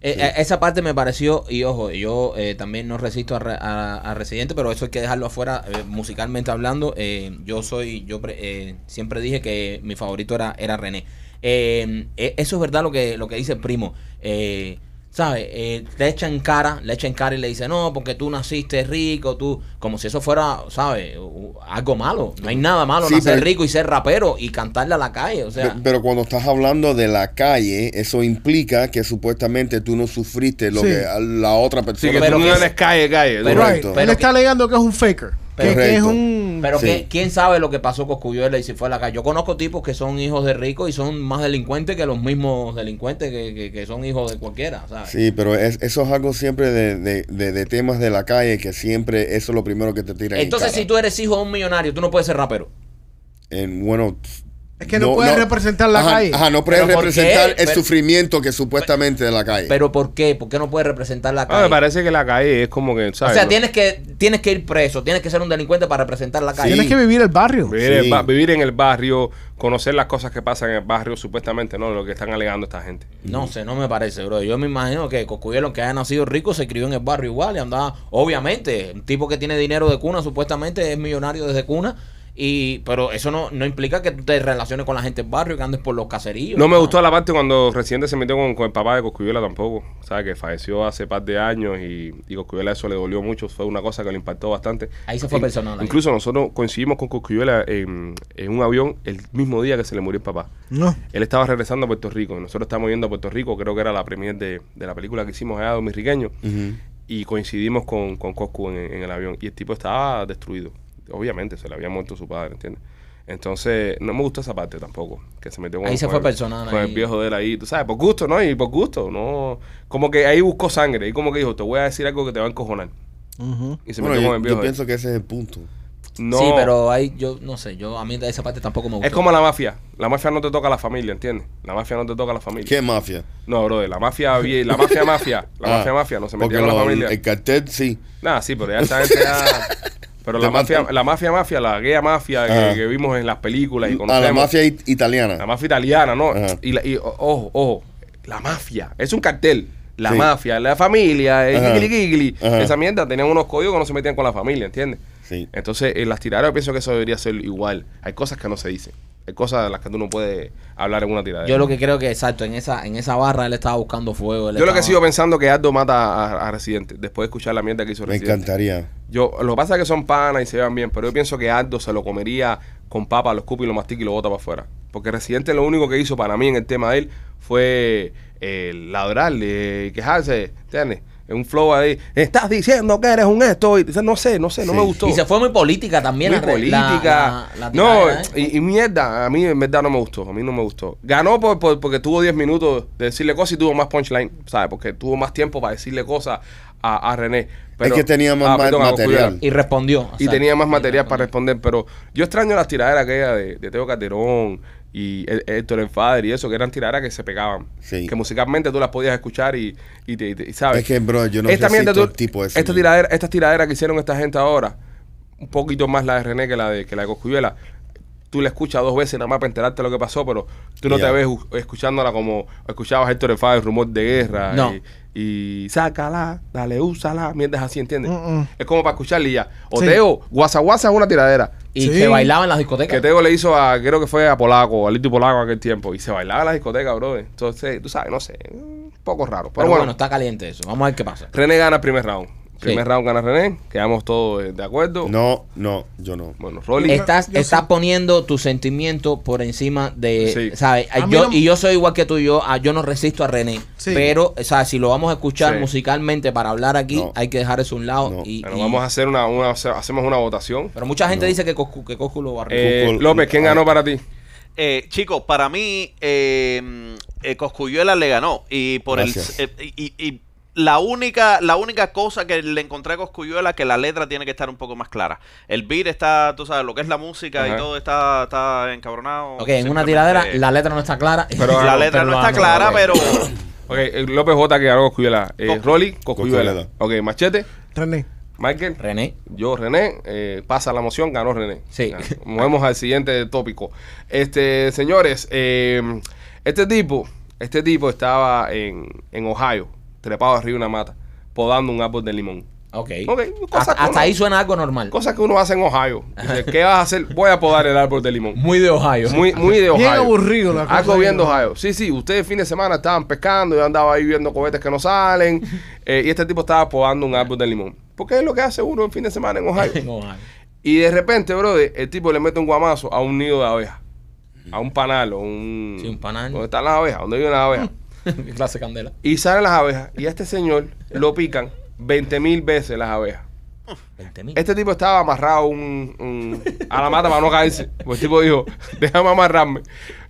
B: Eh, eh, Esa parte me pareció, y ojo, yo eh, también no resisto a, Re- a- a Residente, pero eso hay que dejarlo afuera eh, musicalmente hablando. Eh, yo soy, yo pre- eh, siempre dije que mi favorito era, era René. Eh, eh, eso es verdad lo que, lo que dice el primo. Eh, ¿Sabes? Eh, le echan cara, le echan cara y le dicen, no, porque tú naciste rico, tú. Como si eso fuera, ¿sabes? U- Algo malo. No hay nada malo
D: Sí,
B: nacer
D: pero-
B: rico y ser rapero y cantarle a la calle. O sea.
D: Pe- pero cuando estás hablando de la calle, eso implica que supuestamente tú no sufriste lo
C: Sí.
D: que a la otra
A: Sí,
D: persona.
A: que
B: pero
A: tú no
B: que-
A: eres calle, calle.
B: Pero-
C: Right.
D: Correcto.
C: Él
B: Pero
C: está alegando que es un faker. Que, que es
D: Correcto.
C: un.
B: Pero
D: Sí.
B: que- quién sabe lo que pasó con Cuyuela y si fue a la calle. Yo conozco tipos que son hijos de ricos y son más delincuentes que los mismos delincuentes que, que- que son hijos de cualquiera, ¿sabes?
D: Sí, pero es- eso es algo siempre de, de- de- de temas de la calle que siempre eso es lo primero que te tiran. en
B: Entonces,
D: cara.
B: si tú eres hijo de un millonario, tú no puedes ser rapero.
D: En- bueno,
C: Es que no puedes representar la
D: Ajá,
C: calle.
D: Ajá, no puedes
B: Pero ¿por qué?
D: representar el
B: Pero-
D: sufrimiento que supuestamente de la calle.
B: ¿Pero por qué? ¿Por qué no puedes representar la
A: Ah,
B: calle?
A: me parece que la calle es como que,
B: o
A: ¿sabes?
B: sea,
A: No-
B: tienes que tienes que ir preso, tienes que ser un delincuente para representar la calle.
C: Tienes que vivir el barrio.
A: Vivir, el
D: Sí.
A: ba- vivir en el barrio, conocer las cosas que pasan en el barrio, supuestamente, ¿no? Lo que están alegando esta gente.
B: No sé, no me parece, bro. Yo me imagino que Coscuyuelo, que haya nacido rico, se crió en el barrio igual y andaba. Obviamente, un tipo que tiene dinero de cuna, supuestamente es millonario desde cuna. Y, pero eso no, no implica que tú te relaciones con la gente del barrio, que andes por los caseríos.
A: No me
B: ¿sabes?
A: gustó la parte cuando Residente se metió con, con el papá de Coscuyuela tampoco. ¿Sabes? Que falleció hace par de años y, y Coscuyuela eso le dolió mucho. Fue una cosa que le impactó bastante.
B: Ahí se fue
A: In-
B: personal, ahí.
A: Incluso nosotros coincidimos con Coscuyuela en, en un avión el mismo día que se le murió el papá.
C: No.
A: Él estaba regresando a Puerto Rico. y Nosotros estábamos yendo a Puerto Rico. Creo que era la premier de, de la película que hicimos allá, Dominriqueño.
D: Ujú.
A: Y coincidimos con, con Coscu en, en el avión. Y el tipo estaba destruido. Obviamente, se le había muerto su padre, ¿entiendes? Entonces, no me gustó esa parte tampoco. Que se metió con,
B: Ahí se
A: con
B: fue
A: el-
B: personal,
A: Con el
B: ahí.
A: viejo de él ahí. Tú sabes, por gusto, ¿no? Y por gusto, ¿no? Como que ahí buscó sangre. Y como que dijo, te voy a decir algo que te va a encojonar. Y se metió
D: Bueno, yo,
A: con el viejo
D: yo
A: eh. de él.
D: pienso que ese es el punto.
A: No,
B: Sí, pero ahí yo no sé, yo a mí esa parte tampoco me gustó.
A: es como la mafia. La mafia no te toca a la familia, ¿entiendes? La mafia no te toca a la familia.
D: ¿Qué mafia?
A: No, bro, la mafia, vie- la mafia, mafia, la
D: Ah,
A: mafia, mafia, no se
D: porque
A: metía con la
D: lo-
A: familia.
D: El cartel, sí.
A: Nada, sí, pero ya esta gente ya.
D: [laughs]
A: Pero la
D: Te
A: mafia,
D: matan.
A: la mafia, mafia, la gay mafia que,
D: Ajá.
A: que vimos en las películas y
D: A
A: conocemos.
D: Ah. la mafia it- italiana.
A: La mafia italiana, ¿no?
D: Ajá.
A: Y, la- y, o- ojo, ojo, la mafia, es un cartel. La
D: Sí.
A: mafia, la familia, el
D: Ajá.
A: gigli gigli.
D: Ajá.
A: Esa mierda tenían unos códigos que no se metían con la familia, ¿entiendes?
D: Sí.
A: Entonces, en las tiraderas yo pienso que eso debería ser igual. Hay cosas que no se dicen. Hay cosas de las que tú no puedes hablar en una tiradera.
B: Yo lo que creo que exacto, en esa en esa barra él estaba buscando fuego. él
A: Yo lo que
B: estaba-
A: sigo pensando que Aldo mata a, a Residente después de escuchar la mierda que hizo
D: Me
A: Residente.
D: encantaría.
A: Yo, lo que pasa es que son panas y se llevan bien, pero yo pienso que Aldo se lo comería con papa, lo escupe y lo mastica y lo bota para afuera. Porque Residente lo único que hizo para mí en el tema de él fue eh, ladrarle, eh, quejarse, ¿entiendes? En un flow ahí, estás diciendo que eres un esto, y dice, no sé, no sé, no
D: Sí.
A: me gustó.
B: Y se fue muy política también.
A: Muy
B: la re- la-
A: política.
B: la- la
A: no,
B: tiradera, ¿eh?
A: y, y mierda, a mí en verdad no me gustó, a mí no me gustó. Ganó por, por- porque tuvo 10 minutos de decirle cosas y tuvo más punchline, ¿sabes? Porque tuvo más tiempo para decirle cosas a, a René. ah,
D: que tenía más ma-
A: a
D: material.
A: Cosculluela.
B: Y respondió.
A: Y
B: exacto.
A: tenía más material
B: respondió.
A: para responder, pero yo extraño las tiraderas aquellas de, de Teo Calderón y Hé- Héctor El Fader y eso, que eran tiraderas que se pegaban.
D: Sí.
A: Que musicalmente tú las podías escuchar y, y te, y te- y sabes.
D: Es que, bro, yo no
A: Esta mierda
D: resisto
A: tú-
D: el tipo ese,
A: esta
D: man.
A: tiradera, Estas tiraderas que hicieron esta gente ahora, un poquito más la de René que la de, que la de Coscuyuela, tú la escuchas dos veces nada más para enterarte de lo que pasó, pero tú no
D: Ya.
A: te ves u- escuchándola como escuchabas Héctor El Fader, Rumor de Guerra.
B: No.
A: Y, y sácala, dale, úsala, mierdas así, ¿entiendes?
C: Mm, mm.
A: Es como para escucharle y ya. O
C: Sí.
A: Teo, guasa guasa es una tiradera.
B: Y
C: Sí.
B: que bailaba en las
A: Que
B: discotecas.
A: Teo le hizo a, creo que fue a Polaco, a Lito y Polaco aquel tiempo. Y se bailaba en la discoteca, brother. Entonces, tú sabes, no sé, un poco raro. Pero,
B: Pero
A: bueno,
B: bueno, está caliente eso. Vamos a ver qué pasa.
A: René gana el primer round. Primer round gana René, quedamos todos eh, de acuerdo.
D: No, no, yo no.
A: Bueno, Rolly.
B: Estás,
C: yo
B: estás
C: sí.
B: poniendo tu sentimiento por encima de,
A: Sí.
B: ¿sabes?
C: A mí
B: Yo,
C: no-
B: Y yo soy igual que tú, yo, ah, yo no resisto a René.
C: Sí.
B: Pero, o sea, si lo vamos a escuchar
A: Sí.
B: musicalmente para hablar aquí,
D: No.
B: hay que dejar eso a un lado.
D: No.
B: Y,
A: Bueno,
B: y-
A: vamos a hacer una, una- hacemos una votación.
B: Pero mucha gente dice que Coscu, que Coscu lo barrió.
A: Eh,
D: Cusco-
A: López, ¿quién ganó para ti?
E: Eh, chicos, para mí eh, eh, Coscuyuela le ganó y por
D: Gracias.
E: el eh, y, y la única la única cosa que le encontré a Coscuyuela que la letra tiene que estar un poco más clara. El beat está, tú sabes, lo que es la música
A: Ajá.
E: y todo está está encabronado.
G: Ok, en una
E: Simplemente-
G: tiradera la letra no está clara.
A: Pero-
E: [laughs] la letra no
G: lo
E: está
G: amo,
E: clara,
G: ok.
E: pero
A: Ok, eh, López J que ganó Coscuyuela. Eh,
E: Cos-
A: Rolly, Coscuyuela.
D: Coscuyuela.
A: Ok, Machete,
C: René.
A: Michael.
G: René.
A: Yo, René, eh, pasa la moción, ganó René.
G: Sí.
A: Ya, Movemos al siguiente tópico. Este, señores, eh, este tipo, este tipo estaba en, en Ohio, trepado arriba de una mata, podando un árbol de limón.
G: Ok.
A: Ok, cosa
G: hasta,
A: que
G: hasta
A: uno-
G: ahí suena algo normal.
A: Cosas que uno hace en Ohio. Dice, ¿qué vas a hacer? Voy a podar el árbol de limón.
G: Muy de Ohio.
A: Muy, muy de Ohio.
C: Bien aburrido la cosa
A: Algo
C: de
A: bien de
C: Ohio.
A: Ohio. Sí, sí, ustedes fin de semana estaban pescando, yo andaba ahí viendo cohetes que no
C: [laughs]
A: salen, eh, y este tipo estaba podando un árbol de limón. Porque es lo que hace uno en fin de semana en
C: [laughs]
A: Ohio.
G: En Ohio.
A: Y de repente, brother, el tipo le mete un guamazo a un nido de abeja. A un panal o un...
G: Sí, un panal.
A: ¿Dónde están las abejas? ¿Dónde viven las
C: [laughs]
A: abejas?
G: Qué [laughs] clase de candela.
A: Y salen las abejas. Y a este señor lo pican 20 mil veces las abejas.
G: 20.000.
A: Este tipo estaba amarrado un- un- a la mata para no caerse. Pues el tipo dijo, déjame amarrarme.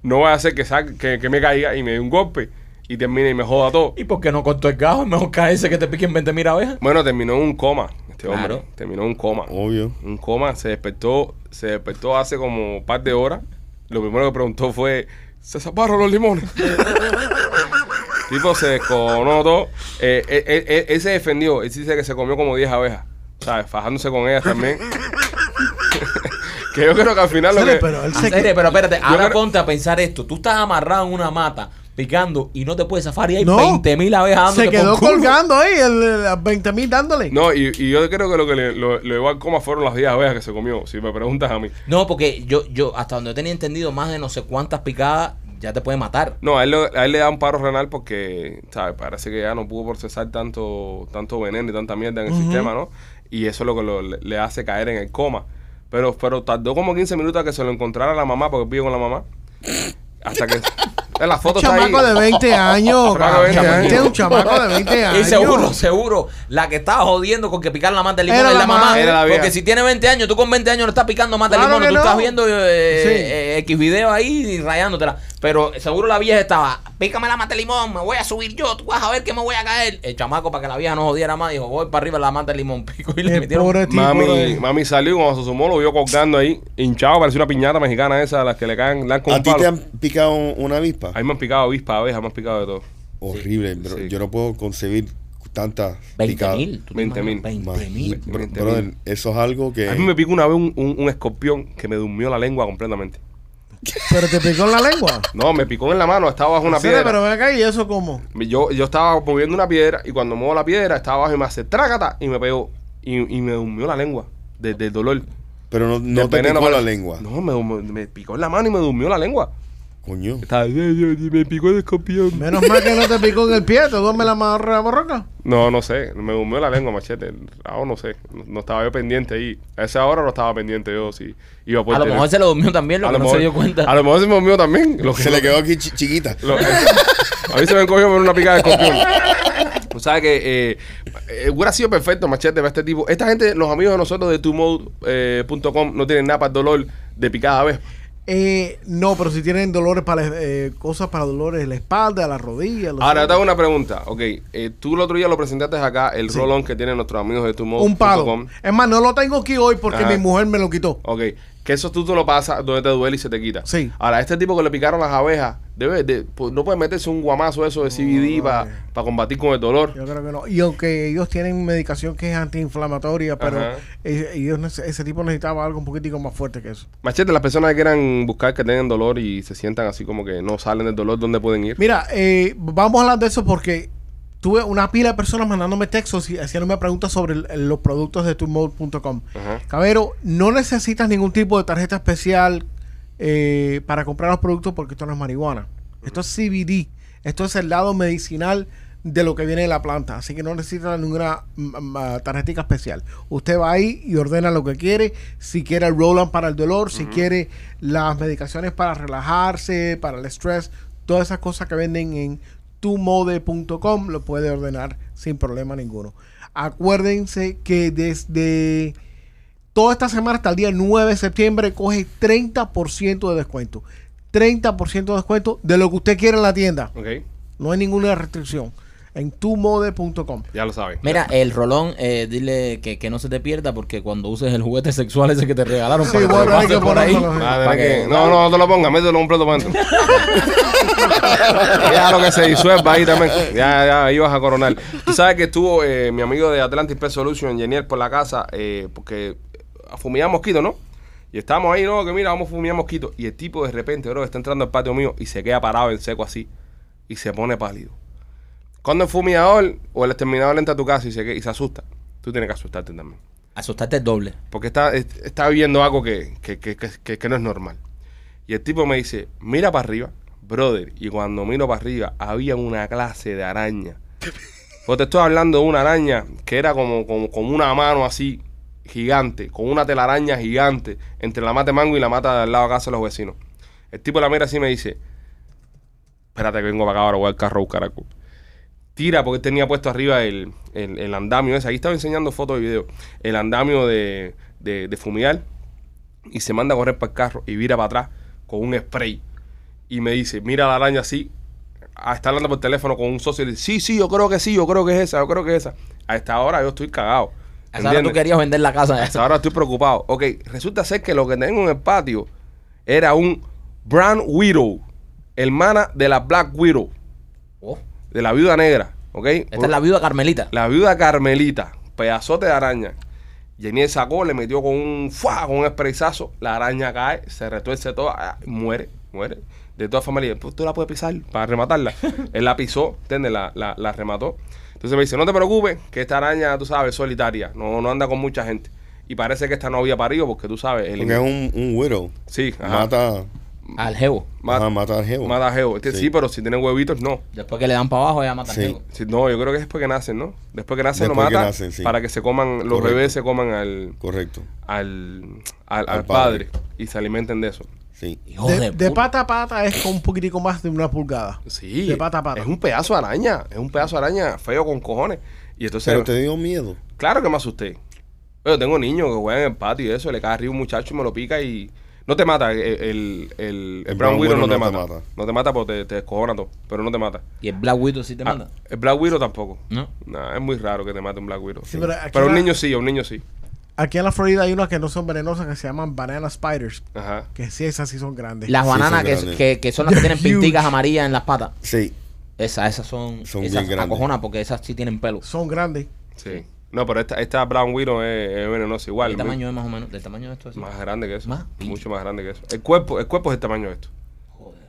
A: No voy a hacer que, saque- que, que me caiga y me dé un golpe. Y termine y me joda todo.
G: ¿Y por qué no cortó el gajo? Mejor caerse que te piquen 20.000 abejas.
A: Bueno, terminó en un coma. Este
G: Claro. Oh,
A: hombre terminó en un coma.
D: Obvio.
A: un coma, se despertó, se despertó hace como un par de horas. Lo primero que preguntó fue, ¿se zaparon los limones? [laughs] tipo se desconó todo. Eh, él, él- él- él se defendió, él dice que se comió como 10 abejas, ¿sabes? Fajándose con ellas también. [laughs] que yo creo que al final lo
C: Sale,
A: que...
C: pero él se
G: Sere, pero espérate, ahora
A: creo-
G: ponte a pensar esto. Tú estás amarrado en una mata, picando, y no te puedes zafar y hay
C: No.
G: 20.000 abejas dándote
C: se
G: por
C: quedó
G: culo.
C: colgando ahí, el, el 20 mil dándole.
A: No, y, y yo creo que lo que le, lo, lo llevó al coma fueron las 10 abejas que se comió, si me preguntas a mí.
G: No, porque yo, yo, hasta donde tenía entendido, más de no sé cuántas picadas ya te puede matar.
A: No, a él, lo- a él le da un paro renal porque, ¿sabes? Parece que ya no pudo procesar tanto, tanto veneno y tanta mierda en el sistema, ¿no? Y eso es lo que lo- le- le hace caer en el coma. Pero, pero tardó como 15 minutos a que se lo encontrara la mamá porque vive con la mamá. Hasta
C: [laughs]
A: que. en la foto está ahí.
C: chamaco de 20 años,
A: Chamaco de 20
C: cabrón.
A: años.
C: Tiene un chamaco de 20
G: Y
A: [laughs]
C: años.
G: seguro, seguro, la que estaba jodiendo con que picar la mata de limón
C: Era
G: es la,
C: la
G: mamá.
C: madre.
A: Era la vieja.
G: porque si tiene 20 años, tú con 20 años no estás picando mata de
C: Claro
G: limón.
C: que
G: Tú estás
C: no.
G: viendo eh,
C: Sí.
G: eh, X video ahí y rayándotela. Pero eh, seguro la vieja estaba, pícame la mata de limón, me voy a subir yo, tú vas a ver que me voy a caer. El chamaco, para que la vieja no jodiera más, dijo, voy para arriba la mata de limón, [laughs] pico y le
C: El
G: metieron.
C: Eh, pobre tipo. eh.
A: Mami,
C: de-
A: mami salió y cuando se sumó, lo vio colgando ahí, hinchado, parecía una piñata mexicana esa, a las que le caen, le dan con
D: ¿A
A: un
D: ti
A: palo.
D: te han picado una avispa?
A: Ahí me han picado avispa, abeja, me han picado de todo.
D: Horrible, bro.
A: Sí.
D: Yo no puedo concebir tantas
G: 20
D: picadas.
G: mil.
A: 20 mil.
D: Imagín-
G: 20 mil.
D: bro-
A: 20.000.
D: brother, eso es algo que.
A: A mí me picó una vez un, un- un escorpión que me durmió la lengua completamente.
C: Pero te picó en la lengua.
A: No, me picó en la mano, estaba bajo [laughs] una
C: Sere,
A: piedra.
C: pero ven acá y eso cómo.
A: Yo, yo estaba moviendo una piedra y cuando muevo la piedra estaba abajo y me hace trácata y me pegó. Y, y me durmió la lengua de- del dolor.
D: Pero no, no
A: Del
D: te
A: veneno
D: picó
A: para-
D: la lengua.
A: No, me, me- me picó en la mano y me durmió la lengua. [laughs]
D: Coño.
A: Estaba, "Ay, ay, me picó el escorpión.
C: Menos mal que no te picó en el pie, te duerme la marra borroca.
A: No, no sé, me durmió la lengua, machete. Ahora no sé, no, no estaba yo pendiente ahí. A esa hora no estaba pendiente yo, sí. Iba por
G: A lo
A: teléfono.
G: mejor se lo durmió también, lo
A: A
G: que
A: lo
G: no
A: mejor-
G: se dio cuenta.
A: A lo mejor se me durmió también. Lo que-
D: Se le quedó aquí chi- chiquita.
A: Lo- eh, a mí se me encogió por una picada de escorpión. Tú sabes que eh, eh, hubiera sido perfecto, machete, para este tipo. Esta gente, los amigos de nosotros de tumode.com no tienen nada para el dolor de picada vez.
C: Eh, no, pero si tienen dolores para eh, cosas para dolores en la espalda, la rodilla. los
A: Ahora te hago
C: hombros.
A: una pregunta. Ok, eh, tú el otro día lo presentaste acá, el rolón que tienen nuestros amigos de tumode.com.
C: un palo. Es más, no lo tengo aquí hoy porque
A: Ajá.
C: mi mujer me lo quitó.
A: Ok, que eso tú te lo pasas donde te duele y se te quita.
C: Sí.
A: Ahora, este tipo que le picaron las abejas, debe, de- pues, no puede meterse un guamazo eso de CBD para combatir con el dolor.
C: Yo creo que no. Y aunque ellos tienen medicación que es antiinflamatoria, pero
A: Ajá.
C: eh, ellos, nece- ese tipo necesitaba algo un poquitico más fuerte que eso.
A: Machete, las personas que quieran buscar que tengan dolor y se sientan así como que no salen del dolor, ¿dónde pueden ir?
C: Mira, eh, vamos a hablar de eso porque tuve una pila de personas mandándome textos y haciéndome preguntas sobre el- el- los productos de tumode.com.
A: Ajá.
C: Cabero, no necesitas ningún tipo de tarjeta especial eh, para comprar los productos porque esto no es marihuana. Esto es CBD. Esto es el lado medicinal de lo que viene de la planta. Así que no necesitas ninguna mm, mm, tarjetica especial. Usted va ahí y ordena lo que quiere. Si quiere el Roland para el dolor, si quiere las medicaciones para relajarse, para el estrés, todas esas cosas que venden en tumode.com lo puede ordenar sin problema ninguno. Acuérdense que desde toda esta semana hasta el día 9 de septiembre coge 30% de descuento. 30% de descuento de lo que usted quiera en la tienda.
A: Ok,
C: No hay ninguna restricción. En tumode.com.
A: ya lo saben.
G: Mira, el rolón, eh, dile que, que no se te pierda porque cuando uses el juguete sexual ese que te regalaron,
C: Sí,
G: para que
C: voy a
G: te
C: tener
G: pase
C: que
G: por ahí.
C: ponerlo, sí.
A: Va a
G: para
A: tener
G: que-
A: que- no, no, no te lo pongas, mételo un plato para adentro. ya lo que se disuelva ahí también. Ya, ya, ahí vas a coronar. Tú sabes que estuvo eh, mi amigo de Atlantic Pest Solution, Engineer, por la casa, eh, porque fumigaba mosquitos, ¿no? Y estábamos ahí, no, que mira, vamos a fumigar mosquitos. Y el tipo de repente, bro, está entrando al patio mío y se queda parado en seco así y se pone pálido. Cuando el fumigador o el exterminador entra a tu casa y se, que- y se asusta, tú tienes que asustarte también.
G: Asustarte el doble.
A: Porque está, es- está viendo algo que, que- que- que- que- que no es normal. Y el tipo me dice, mira para arriba, brother. Y cuando miro para arriba, había una clase de araña. Pues te estoy hablando de una araña que era como, como, como una mano así, gigante, con una telaraña gigante, entre la mata de mango y la mata del lado de casa de los vecinos. El tipo la mira así y me dice, espérate que vengo para acá ahora, voy al carro a buscar algo". Tira, porque él tenía puesto arriba el, el- el andamio ese. Ahí estaba enseñando fotos y videos. El andamio de, de, de fumigar. Y se manda a correr para el carro y vira para atrás con un spray. Y me dice, mira la araña así. Ah, Está hablando por teléfono con un socio y le dice, sí, sí, yo creo que sí, yo creo que es esa, yo creo que es esa. A esta hora yo estoy cagado.
G: A esa hora tú
A: ¿entiendes?
G: querías vender la casa.
A: Hasta ahora estoy preocupado. Ok, resulta ser que lo que tengo en el patio era un Brown Widow, hermana de la Black Widow,
G: Oh,
A: de la viuda negra. Ok,
G: esta es la viuda Carmelita.
A: la viuda Carmelita, pedazote de araña. Jenny sacó, le metió con un ¡fua! con un sprayzazo, la araña cae, se retuerce toda, ah, muere, muere. De todas formas, le dije, pues tú la puedes pisar para rematarla. Él la pisó, ¿entiendes? La, la, la remató. Entonces me dice, no te preocupes, que esta araña, tú sabes, es solitaria, no, no anda con mucha gente. Y parece que esta no había parido porque tú sabes, el
D: Porque es un, un widow.
A: Sí, ajá.
D: Mata,
G: Al jevo.
A: Mata-
D: ajá, mata al jevo.
A: mata geo. Este, sí.
D: Sí.
A: pero si tienen huevitos, no.
G: Después que le dan para abajo, ya matan
D: Sí.
G: jevo.
A: Si- no, yo creo que es después que nacen, ¿no? Después que nacen
D: Después que
A: lo mata
D: nacen, sí.
A: para que se coman, los
D: Correcto.
A: bebés se coman al,
D: Correcto.
A: al, al,
D: Al
A: al padre.
D: padre.
A: y se alimenten de eso.
D: Sí.
G: Hijo
C: De,
G: de
C: de
G: puta.
C: pata a pata es con un poquitico más de una pulgada.
A: Sí.
C: De pata a pata.
A: Es un pedazo de araña. Es un pedazo de araña feo con cojones. Y entonces,
D: Pero te dio miedo.
A: claro que me asusté. Yo tengo niños que juegan en el patio y eso. Le cae arriba un muchacho y me lo pica y. No te mata. El, el, el, el
D: El
A: Brown
D: Brown
A: Widow
D: Widow
A: no, te,
D: no te
A: mata.
D: mata.
A: No te mata porque te, te descojona todo. Pero no te mata.
G: Y el Black Widow sí te
A: Ah,
G: manda.
A: el Black Widow tampoco.
G: ¿No?
A: Nah, es muy raro que te mate un Black Widow.
C: Sí, pero aquí
A: un
C: la-
A: niño sí, a un niño sí.
C: Aquí en la Florida hay unas que no son venenosas que se llaman banana spiders.
A: Ajá.
C: Que sí, esas sí son grandes.
G: Las
D: Sí,
G: bananas
D: son
G: que,
D: grandes.
G: que, que son las que tienen
C: Huge.
G: pinticas amarillas en las patas.
D: Sí.
G: Esas, esas son,
D: Son
G: esas
D: bien grandes.
G: acojonan porque esas sí tienen pelo.
C: Son grandes.
A: Sí. No, pero esta, esta Brown Widow es, es venenosa igual.
G: ¿Qué
A: muy-
G: tamaño es más o menos? ¿Del tamaño de esto? así?
A: Más grande que eso.
G: Más, pinche.
A: Mucho más grande que eso. El cuerpo, el cuerpo es el tamaño de esto.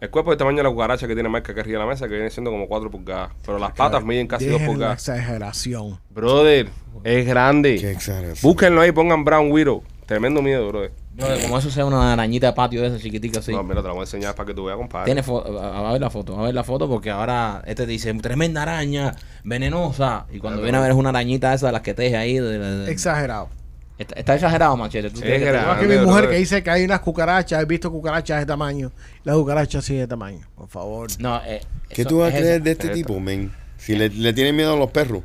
A: El cuerpo es el tamaño de la cucaracha que tiene marca que arriba de la mesa, que viene siendo como 4 pulgadas. Pero las patas miden casi 2
C: Dejen la
A: pulgadas.
C: exageración.
A: Brother, es
D: Qué
A: grande.
D: exageración.
A: Búsquenlo ahí, pongan Brown Widow. Tremendo miedo, brother.
G: Brother, como eso sea una arañita de patio de esas chiquiticas así.
A: No, mira, te la voy a enseñar para que tú veas, compadre.
G: Tiene fo- a, a ver la foto, a ver la foto porque ahora este te dice tremenda araña, venenosa. Y cuando viene a ver es una arañita esa de las que teje ahí. de- de- de-
C: Exagerado.
G: Está, está exagerado, machete. Tú tienes que-
A: grande,
C: Igual que mi mujer
A: brother.
C: que dice que hay unas cucarachas, he visto cucarachas de tamaño. Las cucarachas sí de tamaño, por favor.
G: No, eh,
D: ¿Qué
G: eso-
D: tú vas a
G: es
D: creer
G: eso.
D: de este
A: Es
D: tipo, men? Si le, le tienen miedo a los perros.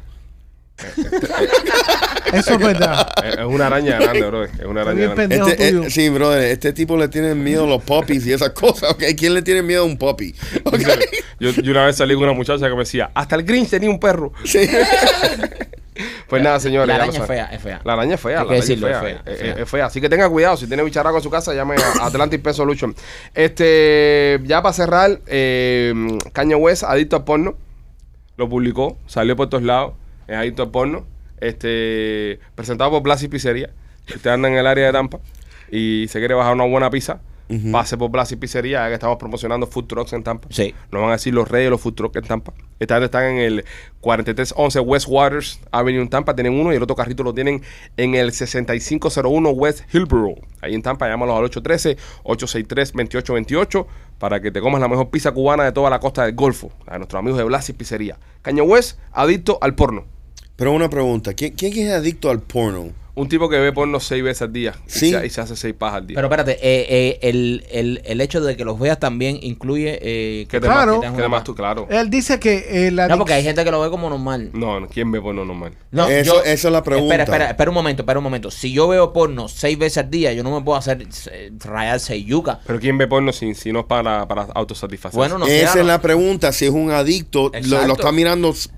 C: Eso
A: [laughs]
C: es verdad.
A: Es, es una araña grande, brother. Es una
C: Está
A: araña
C: bien
A: grande.
C: Pendejo
D: Este, eh,
C: tuyo.
D: sí, brother. Este tipo le tiene miedo a los puppies y esas cosas. ¿ok? ¿Quién le tiene miedo a un puppy? ¿Ok?
A: Yo, yo una vez salí con una muchacha que me decía, hasta el Grinch tenía un perro.
D: Sí.
A: Pues nada, señores.
G: La
A: ya lo
G: araña es
A: saben.
G: fea, es fea.
A: La araña es fea.
G: Hay
A: la
G: que
A: araña
G: decirlo,
A: es
G: es
A: fea.
G: fea,
A: Eh,
G: es
A: eh,
G: fea.
A: es fea. Así que tenga cuidado. Si tiene bicharraco en su casa, llame a Atlantic Pest Solution. Este, ya para cerrar, eh, Caña West, adicto al porno. Lo publicó, salió por todos lados. Es adicto al porno. Este, presentado por Blas y Pizzería. Si usted anda en el área de Tampa y se quiere bajar una buena pizza, pase por Blas y Pizzería, ya que estamos promocionando food trucks en Tampa.
G: Sí.
A: Nos van a decir los reyes de los food trucks en Tampa. Esta vez están en el 4311 West Waters Avenue en Tampa. Tienen uno y el otro carrito lo tienen en el 6501 West Hillborough. Ahí en Tampa, llámalos al 813-863-2828 para que te comas la mejor pizza cubana de toda la costa del Golfo. A nuestros amigos de Blas y Pizzería. Caño West, adicto al porno.
D: Pero una pregunta. ¿Quién, quién es adicto al porno?
A: Un tipo que ve porno seis veces al día y
D: Sí.
A: se- y se hace seis pajas al día.
B: Pero espérate, eh, eh, el, el, el hecho de que los veas también incluye eh,
A: ¿Qué te
C: Claro.
A: más, qué te más tú? Claro.
C: Él dice que eh, la
B: No, porque hay
C: adic-
B: gente que lo ve como normal.
A: No, no, ¿quién ve porno normal?
B: No,
D: Eso- esa es la pregunta.
B: Espera, espera, espera un momento, espera un momento. Si yo veo porno seis veces al día, yo no me puedo hacer eh, rayar seis yuca.
A: Pero ¿quién ve porno si, si no es para, para autosatisfacer?
B: Bueno, no sé,
D: Esa
B: a
D: es
B: lo-
D: la pregunta. Si es un adicto, lo,
B: Exacto.
D: lo está mirando s-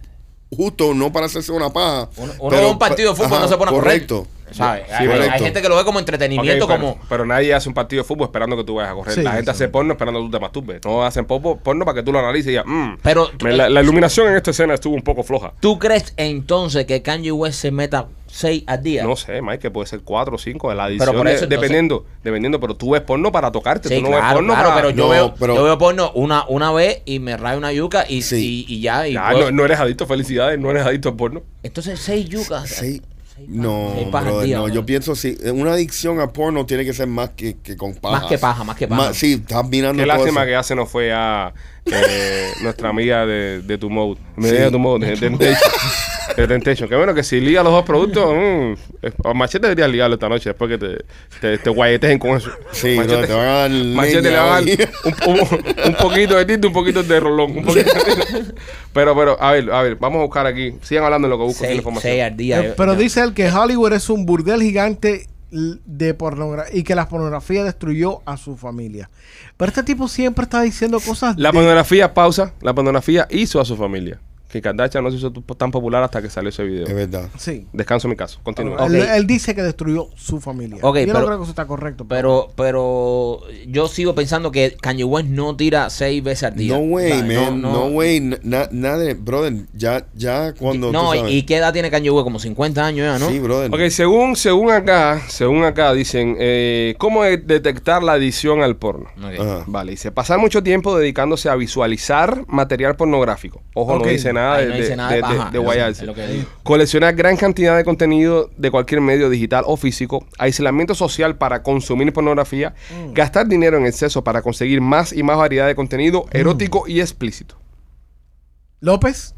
D: justo no para hacerse una paja.
B: Uno- uno ve un partido de fútbol, no se pone a correr.
D: Correcto.
B: ¿sabes?
D: Sí,
B: hay,
D: correcto.
B: hay gente que lo ve como
A: Ok,
B: entretenimiento,
A: pero,
B: como...
A: pero nadie hace un partido de fútbol esperando que tú vayas a correr.
C: Sí,
A: la gente
C: sí.
A: hace porno esperando que tú te masturbes. No hacen popo- porno para que tú lo analices y digas, "Mm,
B: Pero-
A: me- la, la iluminación en esta escena estuvo un poco floja.
B: ¿Tú crees entonces que Kanye West se meta seis al día?
A: No sé, Mike, que puede ser cuatro o cinco. La edición,
B: por
A: de-
B: eso, entonces-
A: dependiendo, dependiendo. Pero tú ves porno para tocarte,
B: Sí,
A: tú no ves
B: claro,
A: porno
B: claro,
A: para...
B: pero, yo
D: No,
B: veo,
D: pero-
B: yo veo porno una, una vez y me rayo una yuca y,
D: Sí.
B: y, y ya. y
A: Ya,
B: puedo-
A: Ah, no, no eres adicto, felicidades, no eres adicto al porno.
B: Entonces seis yucas.
D: Sí.
B: seis pajas-
D: No,
B: seis pajas al
D: brother,
B: día,
D: no,
B: ¿no?
D: yo pienso si una adicción a porno tiene que ser más que, que con paja.
B: que paja, más que paja.
D: sí, estás mirando
A: Qué
D: todo
A: lástima
D: eso.
A: que hace no fue a
D: [laughs]
A: eh, nuestra amiga de, de tu mode. Me
D: Sí.
A: diga tu mode, de Temptation. [laughs] De Temptation. Qué bueno que si liga los dos productos, mm, eh, a Machete debería ligarlo esta noche después que te, te, te guayeteen con eso.
D: Sí,
A: Machete,
D: brother, te van a dar
A: Machete
D: leña
A: le va a dar
D: hoy.
A: [laughs] un, un- un poquito de tinto, un poquito de rolón. un poquito
D: [laughs]
A: de- pero, pero, a ver, a ver, vamos a buscar aquí. Sigan hablando de lo que busco. sin
B: Seis,
A: información.
B: seis al día.
C: Eh,
B: yo-
C: pero
B: yo-
C: dice él que Hollywood es un burdel gigante l- de pornografía y que la pornografía destruyó a su familia. Pero este tipo siempre está diciendo cosas
A: La
C: de-
A: pornografía, pausa, la pornografía hizo a su familia. Que Kardashian no se hizo tan popular hasta que salió ese video.
D: Es verdad. Oh,
C: Sí.
A: Descanso mi caso. Continúa.
B: Ok.
C: Él, él dice que destruyó su familia.
B: Ok,
C: Yo
B: pero-
C: no creo que eso está correcto.
B: Pero, pero yo sigo pensando que Kanye West no tira seis veces al día.
D: No way,
B: Dale,
D: man. No, way. Na- nada, de- brother. Ya, ya cuando.
B: No,
D: tú
B: y,
D: sabes.
B: y qué edad tiene Kanye West? Como 50 años ya, ¿no?
D: Sí, brother.
A: Ok, según, según acá, según acá dicen, eh, ¿cómo de- detectar la adicción al porno?
B: Ok.
D: Ajá.
A: Vale, dice, pasar mucho tiempo dedicándose a visualizar material pornográfico. Ojo,
C: Ok.
A: no dice nada
B: Ahí
A: de,
B: no dice
A: de-
B: nada
A: de-
B: de
A: de-
B: paja,
A: de
B: eso
A: guayarse.
B: es lo que digo.
A: Coleccionar gran cantidad de contenido de cualquier medio digital o físico, aislamiento social para consumir pornografía,
B: Mm.
A: gastar dinero en exceso para conseguir más y más variedad de contenido
B: Mm.
A: erótico y explícito.
C: López,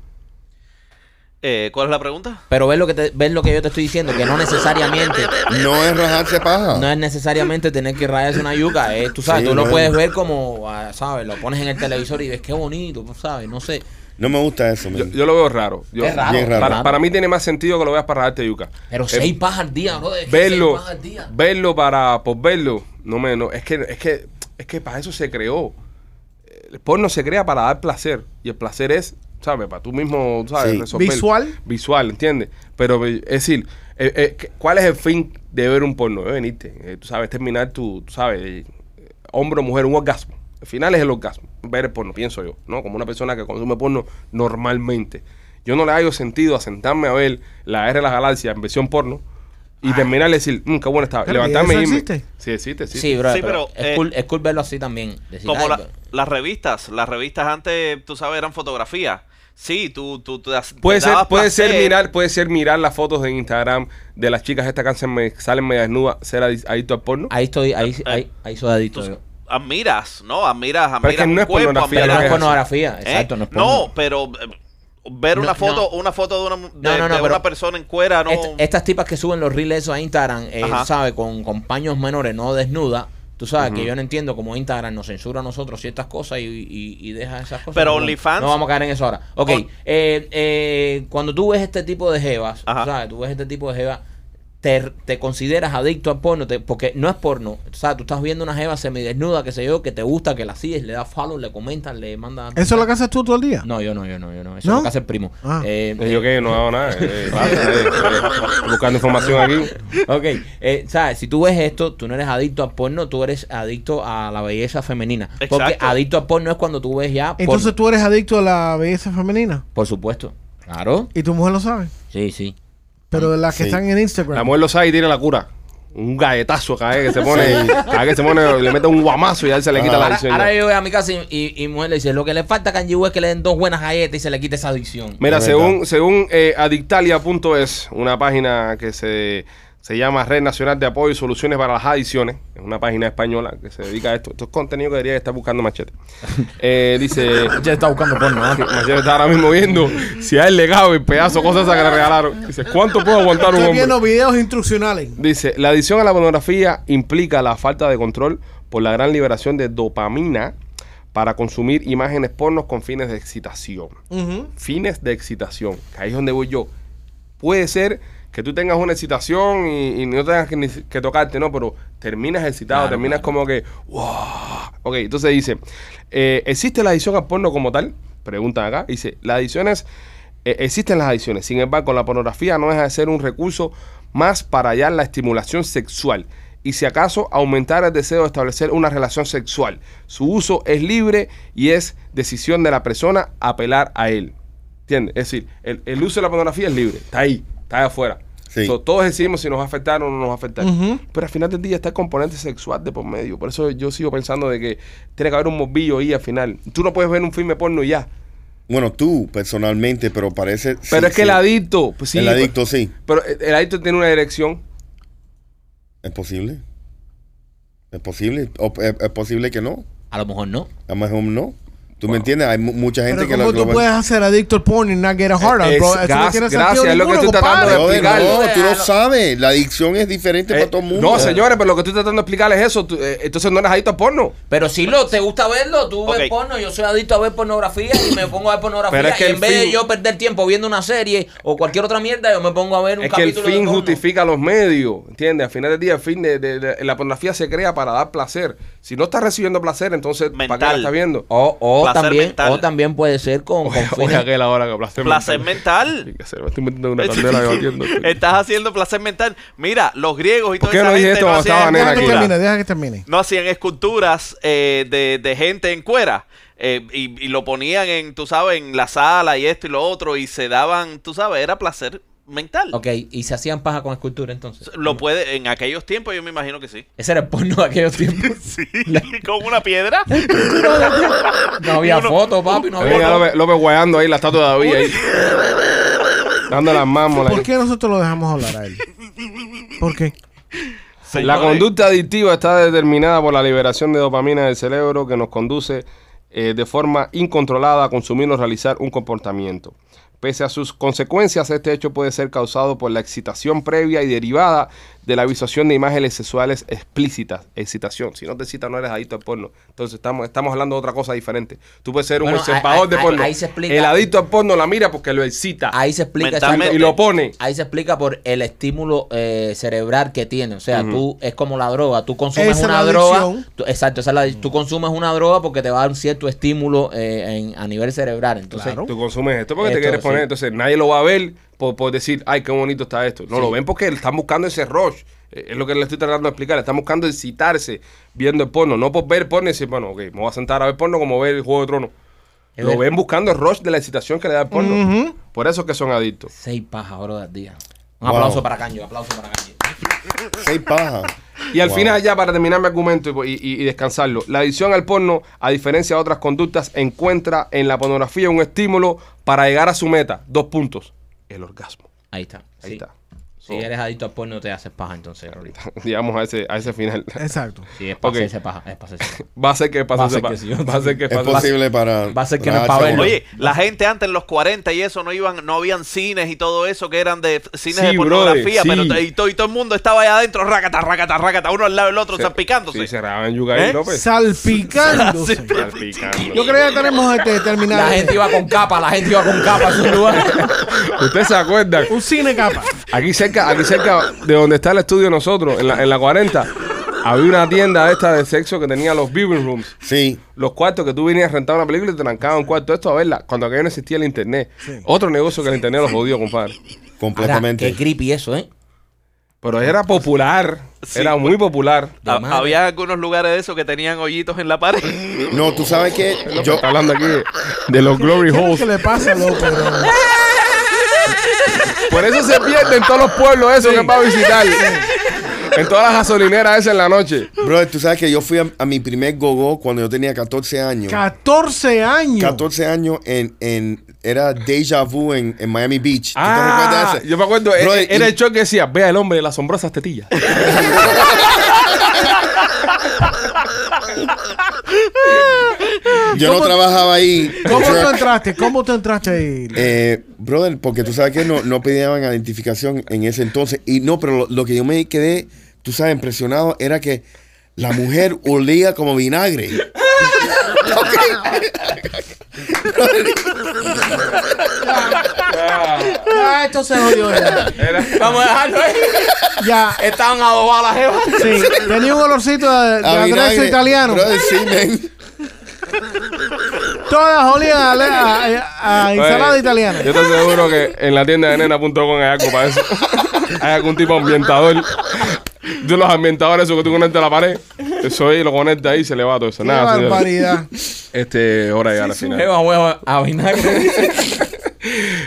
E: Eh, ¿Cuál es la pregunta?
B: Pero ves lo, que te- ves lo que yo te estoy diciendo, que no necesariamente...
D: No es rajarse paja.
B: No es necesariamente tener que rayarse una yuca, eh, tú sabes,
D: Sí,
B: tú lo
D: bueno.
B: puedes ver como, ah, ¿sabes? Lo pones en el televisor y ves qué bonito, tú sabes, no sé.
D: No me gusta eso,
A: Yo,
D: man.
A: yo lo veo raro. Yo-
B: Es raro,
D: Bien raro.
A: Para, para mí tiene más sentido que lo veas para darte yuca.
B: Pero
A: Eh,
B: seis pajas al día, bro. es que seis
A: verlo,
B: pajas al día.
A: verlo para por verlo, no me, no, es que es que es que para eso se creó. El porno se crea para dar placer y el placer es, sabes, para tú mismo, sabes,
D: Sí.
A: resolver.
C: Visual.
A: visual, ¿entiendes? Pero eh, es decir, eh, eh, que- ¿cuál es el fin de ver un porno? Es venirte, eh, tú sabes, terminar tu, tú sabes, eh, hombre o mujer, un orgasmo. Al final es el orgasmo, ver el porno, pienso yo, ¿no? Como una persona que consume porno normalmente. Yo no le hago sentido a sentarme a ver la R de las galaxias en versión porno y terminar y decir, mmm, qué bueno está.
C: Claro,
A: Levantarme
C: ¿eso
A: y irme.
C: existe?
A: Sí, existe, sí.
B: Sí, bro,
E: Sí,
B: pero,
E: pero,
B: es,
E: eh,
B: cool, es cool verlo así también. decir,
E: Como
B: ay, pues,
E: la-
B: pero-
E: las revistas. Las revistas antes, tú sabes, eran fotografías. Sí, tú, tú, tú das-
A: Puede
E: te
A: ser,
E: dabas
A: puede ser
E: placer.
A: mirar, puede ser mirar las fotos en Instagram de las chicas estas que hacen me- salen media desnudas, ser adi- adicto al porno.
B: Ahí estoy, ahí, ahí, ahí soy adicto.
E: Eh, Tú
B: yo.
E: admiras, ¿no? Admiras, admiras
A: Pero es que no
E: un
A: es
E: cuerpo,
A: pornografía,
B: Pero
A: lo
E: admiras-
B: no es
A: que-
B: pornografía,
E: ¿Eh?
B: exacto, no es porno.
E: No, pero eh, ver
B: No,
E: una foto,
B: no.
E: una foto de una, de,
B: No, no, no,
E: de
B: pero- este,
E: una persona en cuera, no.
B: Est- estas tipas que suben los reels esos a Instagram, eh,
E: Ajá.
B: ¿sabes? Con, con paños menores, no desnuda. Tú sabes que yo no entiendo cómo Instagram nos censura a nosotros ciertas cosas y, y- y deja esas cosas.
E: Pero
B: No,
E: OnlyFans-
B: No vamos a caer en eso ahora. Ok,
E: On-
B: eh, eh, cuando tú ves este tipo de jevas,
E: Ajá.
B: ¿sabes? Tú ves este tipo de jevas, te, te consideras adicto al porno, te- porque no es porno. O sea, tú estás viendo una jeva semidesnuda, que sé yo, que te gusta, que la sigues, le das follow, le comentas, le mandas...
C: ¿eso es lo que haces tú todo el día?
B: No, yo no, yo no, yo no. Eso es
C: ¿No?
B: lo que hace el primo.
C: Ah.
B: Eh,
A: Eh, Yo que no hago nada. eh, pasa, eh, eh, buscando información aquí.
B: Ok, eh, ¿sabes? Si tú ves esto, tú no eres adicto al porno, tú eres adicto a la belleza femenina. Porque
E: Exacto.
B: adicto al porno es cuando tú ves ya. porno.
C: Entonces tú eres adicto a la belleza femenina
B: Por supuesto. Claro.
C: y tu mujer lo sabe.
B: Sí, sí.
C: Pero de las que
D: Sí.
C: están en
A: La
C: Instagram.
A: mujer lo sabe y tiene la cura. Un galletazo cada vez que se pone,
D: Sí.
A: cada vez que se pone, le mete un guamazo y a él se le quita
D: Ajá.
A: la
B: Ahora,
A: adicción.
B: ahora
A: ya.
B: yo voy a mi casa y, y, y mujer le dice, lo que le falta a Kanye West es que le den dos buenas galletas y se le quite esa adicción.
A: Mira,
D: Es
A: según,
D: verdad.
A: según eh, adictalia.es, una página que se, Se llama Red Nacional de Apoyo y Soluciones para las Adiciones. Es una página española que se dedica a esto. Esto es contenido que debería estar
G: [laughs]
A: buscando Machete. Eh, dice.
G: Ya está buscando porno. ¿ah?
A: Machete está ahora mismo viendo si a él le cabe el pedazo de cosas esas que le regalaron. Dice, ¿cuánto puede aguantar un
C: Estoy
A: hombre?
C: viendo videos instruccionales.
A: Dice, la adicción a la pornografía implica la falta de control por la gran liberación de dopamina para consumir imágenes pornos con fines de excitación.
C: Ujú.
A: Fines de excitación. que Ahí es donde voy yo. Puede ser que tú tengas una excitación y, y no tengas que, ni- que tocarte, no, pero terminas excitado, terminas como que, "Wow". Ok, entonces dice, eh, ¿existe la adicción al porno como tal? Pregunta acá. Dice, las adicciones, eh, existen las adicciones. Sin embargo, la pornografía no deja de ser un recurso más para hallar la estimulación sexual. Y si acaso aumentar el deseo de establecer una relación sexual. Su uso es libre y es decisión de la persona apelar a él. ¿Entiendes? Es decir, el, el uso de la pornografía es libre. Está ahí, está ahí afuera.
D: Sí.
A: So, todos decidimos si nos va a afectar o no nos va a afectar.
C: Ujú.
A: Pero al final del día está el componente sexual de por medio. Por eso yo sigo pensando de que tiene que haber un morbillo ahí al final. Tú no puedes ver un filme porno y ya.
D: Bueno, tú personalmente, pero parece.
A: Pero
D: sí,
A: es que el
D: sí.
A: adicto. pues, sí,
D: el
A: pues,
D: adicto, sí.
A: Pero el el adicto tiene una dirección.
D: ¿Es posible? ¿Es posible? ¿O es, es posible que no?
G: A lo mejor no.
D: A lo mejor no. ¿Tú me entiendes? Hay mu- mucha gente
C: Pero
D: que
C: como
D: lo-
C: tú
D: lo-
C: puedes hacer adicto al porn y not get a hard on,
A: Es-
C: bro? Eso no
A: gas-
C: tiene
A: gracias,
C: sentido
A: es lo que
C: ninguno,
A: estoy tratando de-
C: compadre.
D: Brother,
A: explicarlo.
D: no, tú no sabes. La adicción es diferente
A: Eh,
D: para pues, todo el mundo.
A: no, señores, pero lo que estoy tratando de explicar es eso. Tú, eh, entonces no eres adicto al porno.
B: Pero si lo, te gusta verlo, tú
E: Ok.
B: ves porno, yo soy adicto a ver pornografía y me pongo a ver pornografía.
A: Pero es que
B: y
A: el
B: en vez
A: fin-
B: de yo perder tiempo viendo una serie o cualquier otra mierda, yo me pongo a ver un
A: Es que el
B: capítulo de
A: fin
B: porno.
A: justifica los medios, ¿entiendes? Al final del día, el fin de, de- de- la pornografía se crea para dar placer. Si no estás recibiendo placer, entonces ¿para qué la
E: Mental.
A: estás viendo?
G: O, o,
E: Placer
G: también,
E: mental.
G: o también puede ser con, con
A: Oye,
G: fines-
A: oye, aquel ahora que placer,
E: Placer mental.
A: Sí, que se me estoy metiendo una candela
B: [laughs]
A: que va ardiendo.
B: Este
E: Estás haciendo placer mental. Mira, los griegos y
A: ¿Por
E: toda
A: qué
E: esa
A: no dije
E: gente
A: esto cuando estaba
E: hacían
A: nena
C: Deja que
A: aquí?
E: esculturas.
C: termine, deja que termine.
E: no hacían esculturas eh, de, de gente en cuera. eh, y, y lo ponían en, tú sabes, en la sala y esto y lo otro. Y se daban, tú sabes, era placer mental.
G: Ok, y se hacían paja con escultura entonces.
A: Mm.
E: Lo puede, en aquellos tiempos yo me imagino que sí.
G: Ese era el porno de aquellos
C: [laughs]
G: tiempos.
E: Sí, [laughs] con una piedra.
G: No había foto, papi, no había
A: Venga,
G: foto.
A: López, López guayando ahí la estatua de
G: [laughs]
A: David ahí. Dando las mamolas.
C: ¿Por qué nosotros lo dejamos hablar a él? ¿Por qué?
A: La
E: Señores,
A: conducta adictiva está determinada por la liberación de dopamina del cerebro que nos conduce eh, de forma incontrolada a consumir o realizar un comportamiento. Pese a sus consecuencias, este hecho puede ser causado por la excitación previa y derivada de la visualización de imágenes sexuales explícitas. Excitación. Si no te excita, no eres adicto al porno. Entonces estamos, estamos hablando de otra cosa diferente. Tú puedes ser un
G: Bueno,
A: observador
G: ahí-
A: de
G: ahí-
A: porno.
G: ahí se explica.
A: El adicto al porno la mira porque lo excita.
G: Ahí se explica
E: Mentalmente.
A: y lo pone.
G: Ahí se explica por el estímulo eh, cerebral que tiene. O sea, tú es como la droga. Tú consumes
C: Esa es
G: una
C: la
G: droga.
C: adicción.
G: tú- exacto, esa es la adic- tú consumes una droga porque te va a dar un cierto estímulo eh, en- a nivel cerebral. Entonces,
C: Claro.
A: Tú consumes esto porque te
G: Esto,
A: quieres poner.
G: sí.
A: Entonces nadie lo va a ver por, por decir, ay, qué bonito está esto. No lo ven porque están buscando ese rush. Eh, Es lo que le estoy tratando de explicar. Están buscando excitarse viendo el porno. No por ver porno y decir, bueno, ok, me voy a sentar a ver porno como ver el Juego de Tronos.
G: Es
A: lo
G: ver-
A: ven buscando el rush de la excitación que le da el porno. Por eso es que son adictos.
G: seis pajas, oro al día. Un
D: Wow.
G: aplauso para Caño, aplauso para Caño.
D: Seis pajas.
A: Y al
D: Wow.
A: final, ya para terminar mi argumento y, y- y descansarlo, la adicción al porno, a diferencia de otras conductas, encuentra en la pornografía un estímulo para llegar a su meta. Dos puntos. El orgasmo.
G: Ahí está.
A: Ahí
G: sí.
A: está.
G: Si eres adicto al porno, te haces paja entonces. ahorita.
A: Llegamos a ese, a ese final. [laughs]
C: Exacto.
G: Sí, es para
A: Ok.
G: hacerse paja. Es para hacerse paja.
A: Va a ser que pase.
G: Va a ser
A: sepa-
G: que sí,
A: va a ser que
D: Es
A: pase.
D: posible para.
G: va a ser que no es
D: para
G: pa' verlo.
E: Oye, la gente antes en los 40 y eso no iban, no habían cines y todo eso que eran de f- cines
A: Sí,
E: de pornografía,
A: brother, sí.
E: pero t- y, to- y todo el mundo estaba allá adentro, rácata, rácata, rácata, uno al lado del otro,
A: Se-
E: salpicándose.
A: Sí, cerraban Yugaí
E: ¿Eh?
A: López.
C: Salpicándose.
A: Salpicando.
C: Yo creo que tenemos este terminado.
G: La gente iba con capa, la gente iba con capa a su lugar.
A: Ustedes se acuerdan.
C: Un cine capa.
A: Aquí cerca, aquí cerca de donde está el estudio de nosotros, en la, en la 40, había una tienda esta de sexo que tenía los viewing rooms.
D: Sí.
A: Los cuartos que tú venías a rentar una película y te trancaban un cuarto. Esto a verla, cuando aquello no existía el internet. Otro negocio que el internet los jodió, compadre.
G: Ahora,
D: Completamente.
G: qué creepy eso, ¿eh?
A: Pero era popular.
E: Sí,
A: era muy popular.
G: de
E: Ha-
G: madre.
E: había algunos lugares de eso que tenían hoyitos en la pared.
A: [laughs]
D: No, tú sabes que
A: Yo
D: yo,
A: está hablando aquí de- de los glory
C: ¿Qué es
A: holes.
C: lo que le pasa, loco?
A: Por eso se pierden todos los pueblos esos que va a visitar. En todas las gasolineras esas en la noche.
D: brother, tú sabes que yo fui a, a mi primer gogo cuando yo tenía 14 años.
C: 14 años.
D: 14 años en, en, era Deja Vu en, en Miami Beach. ¿Tú te
A: Ah,
D: recuerdas de ese?
A: yo me acuerdo, e-
D: Brother,
A: era
D: y-
A: el show que decía, vea el hombre de las asombrosas tetillas.
D: Yo no trabajaba ahí.
C: ¿Cómo
D: Jerk.
C: tú entraste? ¿Cómo tú entraste ahí?
D: Eh, brother, porque tú sabes que no, no pedían identificación en ese entonces. Y no, pero lo, lo que yo me quedé, tú sabes, impresionado era que la mujer olía como vinagre.
C: Ya, Ah, esto se jodió ya.
B: Vamos a dejarlo ahí.
C: Ya,
B: Estaban adobadas las jevas.
C: sí. Tenía un olorcito de, de
D: A
C: aderezo
D: vinagre.
C: italiano.
D: Brother, sí, man.
C: Todas olían a, a- a- a ensalada
A: Oye,
C: italiana.
A: Pues, Yo estoy seguro que en la tienda de nena.com hay algo para
D: [laughs]
A: eso. hay algún tipo de ambientador. Yo los ambientadores, eso que tú conectas a la pared, eso ahí lo conectas ahí y se le va todo eso.
C: Qué
A: Nada, señores.
C: barbaridad.
A: Este, hora ya al final.
B: Jeva, hueva, é a vinagre.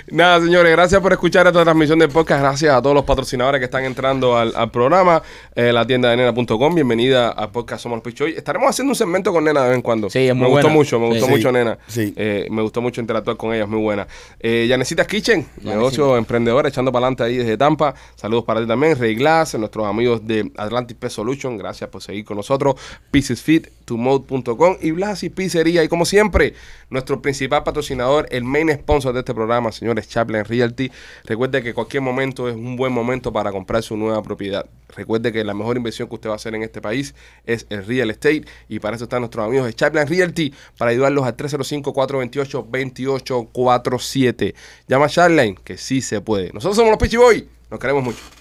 A: Nada, señores, gracias por escuchar esta transmisión del podcast. Gracias a todos los patrocinadores que están entrando al, al programa. Eh, la tienda de nena.com. Bienvenida al podcast Somos los Pichoy. Estaremos haciendo un segmento con nena de vez en cuando.
B: Sí, es muy
A: Me
B: buena.
A: gustó mucho, me
B: Sí.
A: gustó
D: Sí.
A: mucho, nena.
D: Sí.
A: Eh, me gustó mucho interactuar con ella, es muy buena. Eh, Yanecita Kitchen, negocio emprendedor, echando para adelante ahí desde Tampa. Saludos para ti también. Ray Glass, nuestros amigos de Atlantic Pest Solution. Gracias por seguir con nosotros. Pieces Fit, tumode.com y Blasi Pizzería. Y como siempre, nuestro principal patrocinador, el main sponsor de este programa, señores Chaplin Realty. Recuerde que cualquier momento es un buen momento para comprar su nueva propiedad. Recuerde que la mejor inversión que usted va a hacer en este país es el real estate y para eso están nuestros amigos de Chaplin Realty para ayudarlos al 305-428-2847. Llama a Charline que sí se puede. Nosotros somos los Pichiboy. Nos queremos mucho.